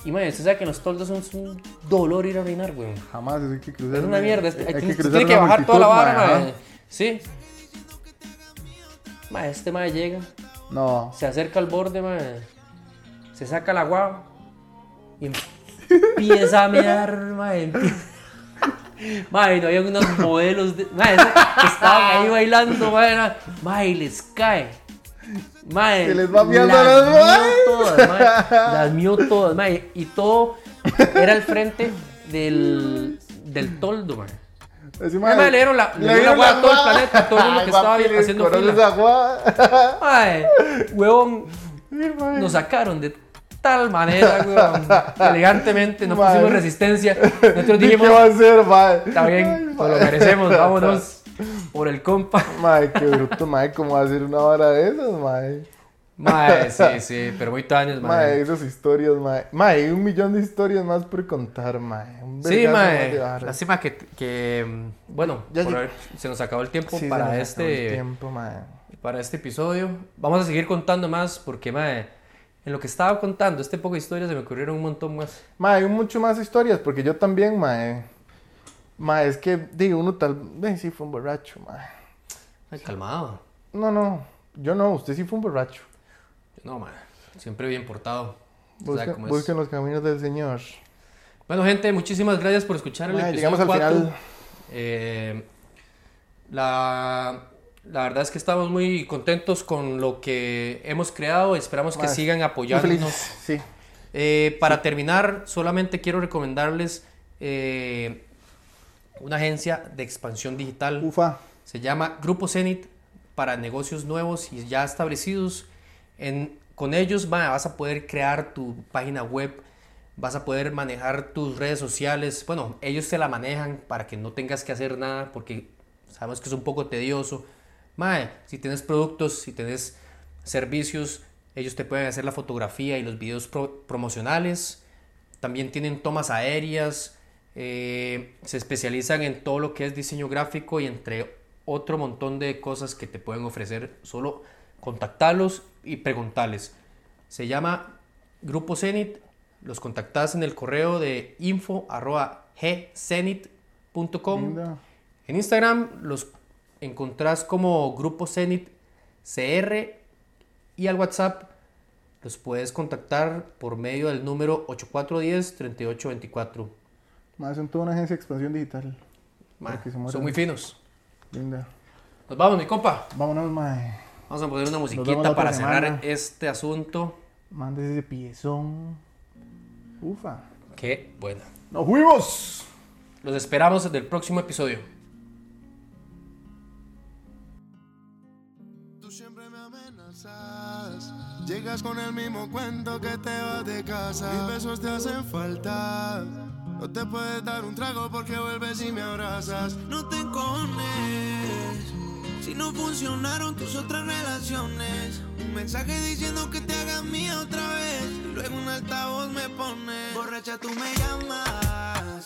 Speaker 2: Y, mae, usted sabe que en los toldos es un dolor ir a orinar, weón.
Speaker 3: Jamás, hay que cruzar.
Speaker 2: Es una mierda. Este,
Speaker 3: Hay
Speaker 2: tiene- tiene
Speaker 3: que cruzar
Speaker 2: que,
Speaker 3: una
Speaker 2: bajar toda la
Speaker 3: multitud,
Speaker 2: vara,
Speaker 3: mae,
Speaker 2: mae.
Speaker 3: ajá.
Speaker 2: Sí. Mae, este mae llega,
Speaker 3: No.
Speaker 2: se acerca al borde, mae. Se saca la guava y empieza a mear, mae. empie- Mae, no había unos modelos de. Mae, que estaban ahí bailando, mae. era- Mae, y les cae. Mae.
Speaker 3: Se les va meando
Speaker 2: las
Speaker 3: las
Speaker 2: mió
Speaker 3: mae.
Speaker 2: todas, mae. Las mió todas, mae. Y todo era al frente del, del toldo, mae.
Speaker 3: Ese
Speaker 2: Mae,
Speaker 3: mae-
Speaker 2: le dieron la- le dieron la
Speaker 3: dieron
Speaker 2: guada a todo el
Speaker 3: guada.
Speaker 2: planeta, a todo el mundo que
Speaker 3: Ay,
Speaker 2: estaba
Speaker 3: papi,
Speaker 2: haciendo
Speaker 3: le
Speaker 2: fila.
Speaker 3: coronas a guada.
Speaker 2: Mae, huevón,
Speaker 3: Sí, mae.
Speaker 2: nos sacaron de tal manera, huevón, elegantemente, no
Speaker 3: Mae.
Speaker 2: pusimos resistencia. Nosotros
Speaker 3: ¿Y
Speaker 2: dijimos,
Speaker 3: ¿Qué va a hacer, mae?
Speaker 2: está bien, nos lo merecemos, vámonos por el compa.
Speaker 3: Mae, qué bruto, mae, ¿cómo va a hacer una hora de esas, mae?
Speaker 2: Mae, sí, sí, pero muy años,
Speaker 3: Mae,
Speaker 2: mae.
Speaker 3: esas historias, mae. Mae, hay un millón de historias más por contar, mae. Un
Speaker 2: Sí,
Speaker 3: vergazo más
Speaker 2: mae,
Speaker 3: de barras.
Speaker 2: lástima que, que, mm, bueno,
Speaker 3: Ya
Speaker 2: por
Speaker 3: lleg-
Speaker 2: haber- se nos acabó el tiempo
Speaker 3: Sí, se nos
Speaker 2: para
Speaker 3: acabó
Speaker 2: este...
Speaker 3: el tiempo, mae.
Speaker 2: para este episodio. Vamos a seguir contando más porque, mae, en lo que estaba contando, este poco de historias se me ocurrieron un montón más.
Speaker 3: Mae, hay mucho más historias, porque yo también, mae. Mae, es que, digo, uno tal vez sí fue un borracho, mae.
Speaker 2: Ay, calmado.
Speaker 3: No, no, yo no, usted sí fue un borracho.
Speaker 2: No, mae, siempre bien portado. Usted sabe
Speaker 3: Busca-
Speaker 2: cómo es.
Speaker 3: busquen los caminos del Señor.
Speaker 2: Bueno, gente, muchísimas gracias por escuchar el
Speaker 3: Mae,
Speaker 2: episodio
Speaker 3: llegamos al
Speaker 2: cuatro.
Speaker 3: final.
Speaker 2: Eh, la, la verdad es que estamos muy contentos con lo que hemos creado. Esperamos que
Speaker 3: Mae,
Speaker 2: sigan
Speaker 3: Muy
Speaker 2: apoyándonos.
Speaker 3: felices, Sí.
Speaker 2: Eh, para terminar, solamente quiero recomendarles eh, una agencia de expansión digital.
Speaker 3: Ufa.
Speaker 2: Se llama Grupo Zenit para negocios nuevos y ya establecidos. En- con ellos ma, vas a poder crear tu página web, vas a poder manejar tus redes sociales. Bueno, ellos te la manejan para que no tengas que hacer nada porque sabemos que es un poco tedioso. Mae, si tienes productos, si tienes servicios, ellos te pueden hacer la fotografía y los videos pro- promocionales. También tienen tomas aéreas, eh, se especializan en todo lo que es diseño gráfico y entre otro montón de cosas que te pueden ofrecer. Solo contactarlos y preguntarles. Se llama Grupo Zenit, los contactás en el correo de info.gzenit.com.
Speaker 3: Linda.
Speaker 2: En Instagram los encontrás como Grupo Zenit CR y al WhatsApp los puedes contactar por medio del número 8410-3824.
Speaker 3: Mae, son toda una agencia de expansión digital.
Speaker 2: Ma,
Speaker 3: Para que se
Speaker 2: Son
Speaker 3: mueran.
Speaker 2: muy finos.
Speaker 3: Linda.
Speaker 2: Nos vamos, mi compa.
Speaker 3: Vámonos, mae.
Speaker 2: Vamos a poner una
Speaker 3: vemos
Speaker 2: musiquita
Speaker 3: la
Speaker 2: para
Speaker 3: otra
Speaker 2: cerrar
Speaker 3: semana.
Speaker 2: este asunto.
Speaker 3: Mándese ese piezón. Ufa.
Speaker 2: Qué buena.
Speaker 3: ¡Nos fuimos!
Speaker 2: Los esperamos en el próximo episodio.
Speaker 1: Tú siempre me amenazas. Llegas con el mismo cuento que te vas de casa. Mis besos te hacen falta. No te puedes dar un trago porque vuelves y me abrazas.
Speaker 4: no te encojones. Si no funcionaron tus otras relaciones, un mensaje diciendo que te hagas mía otra vez. Y luego un altavoz me pone. Borracha, tú me llamas.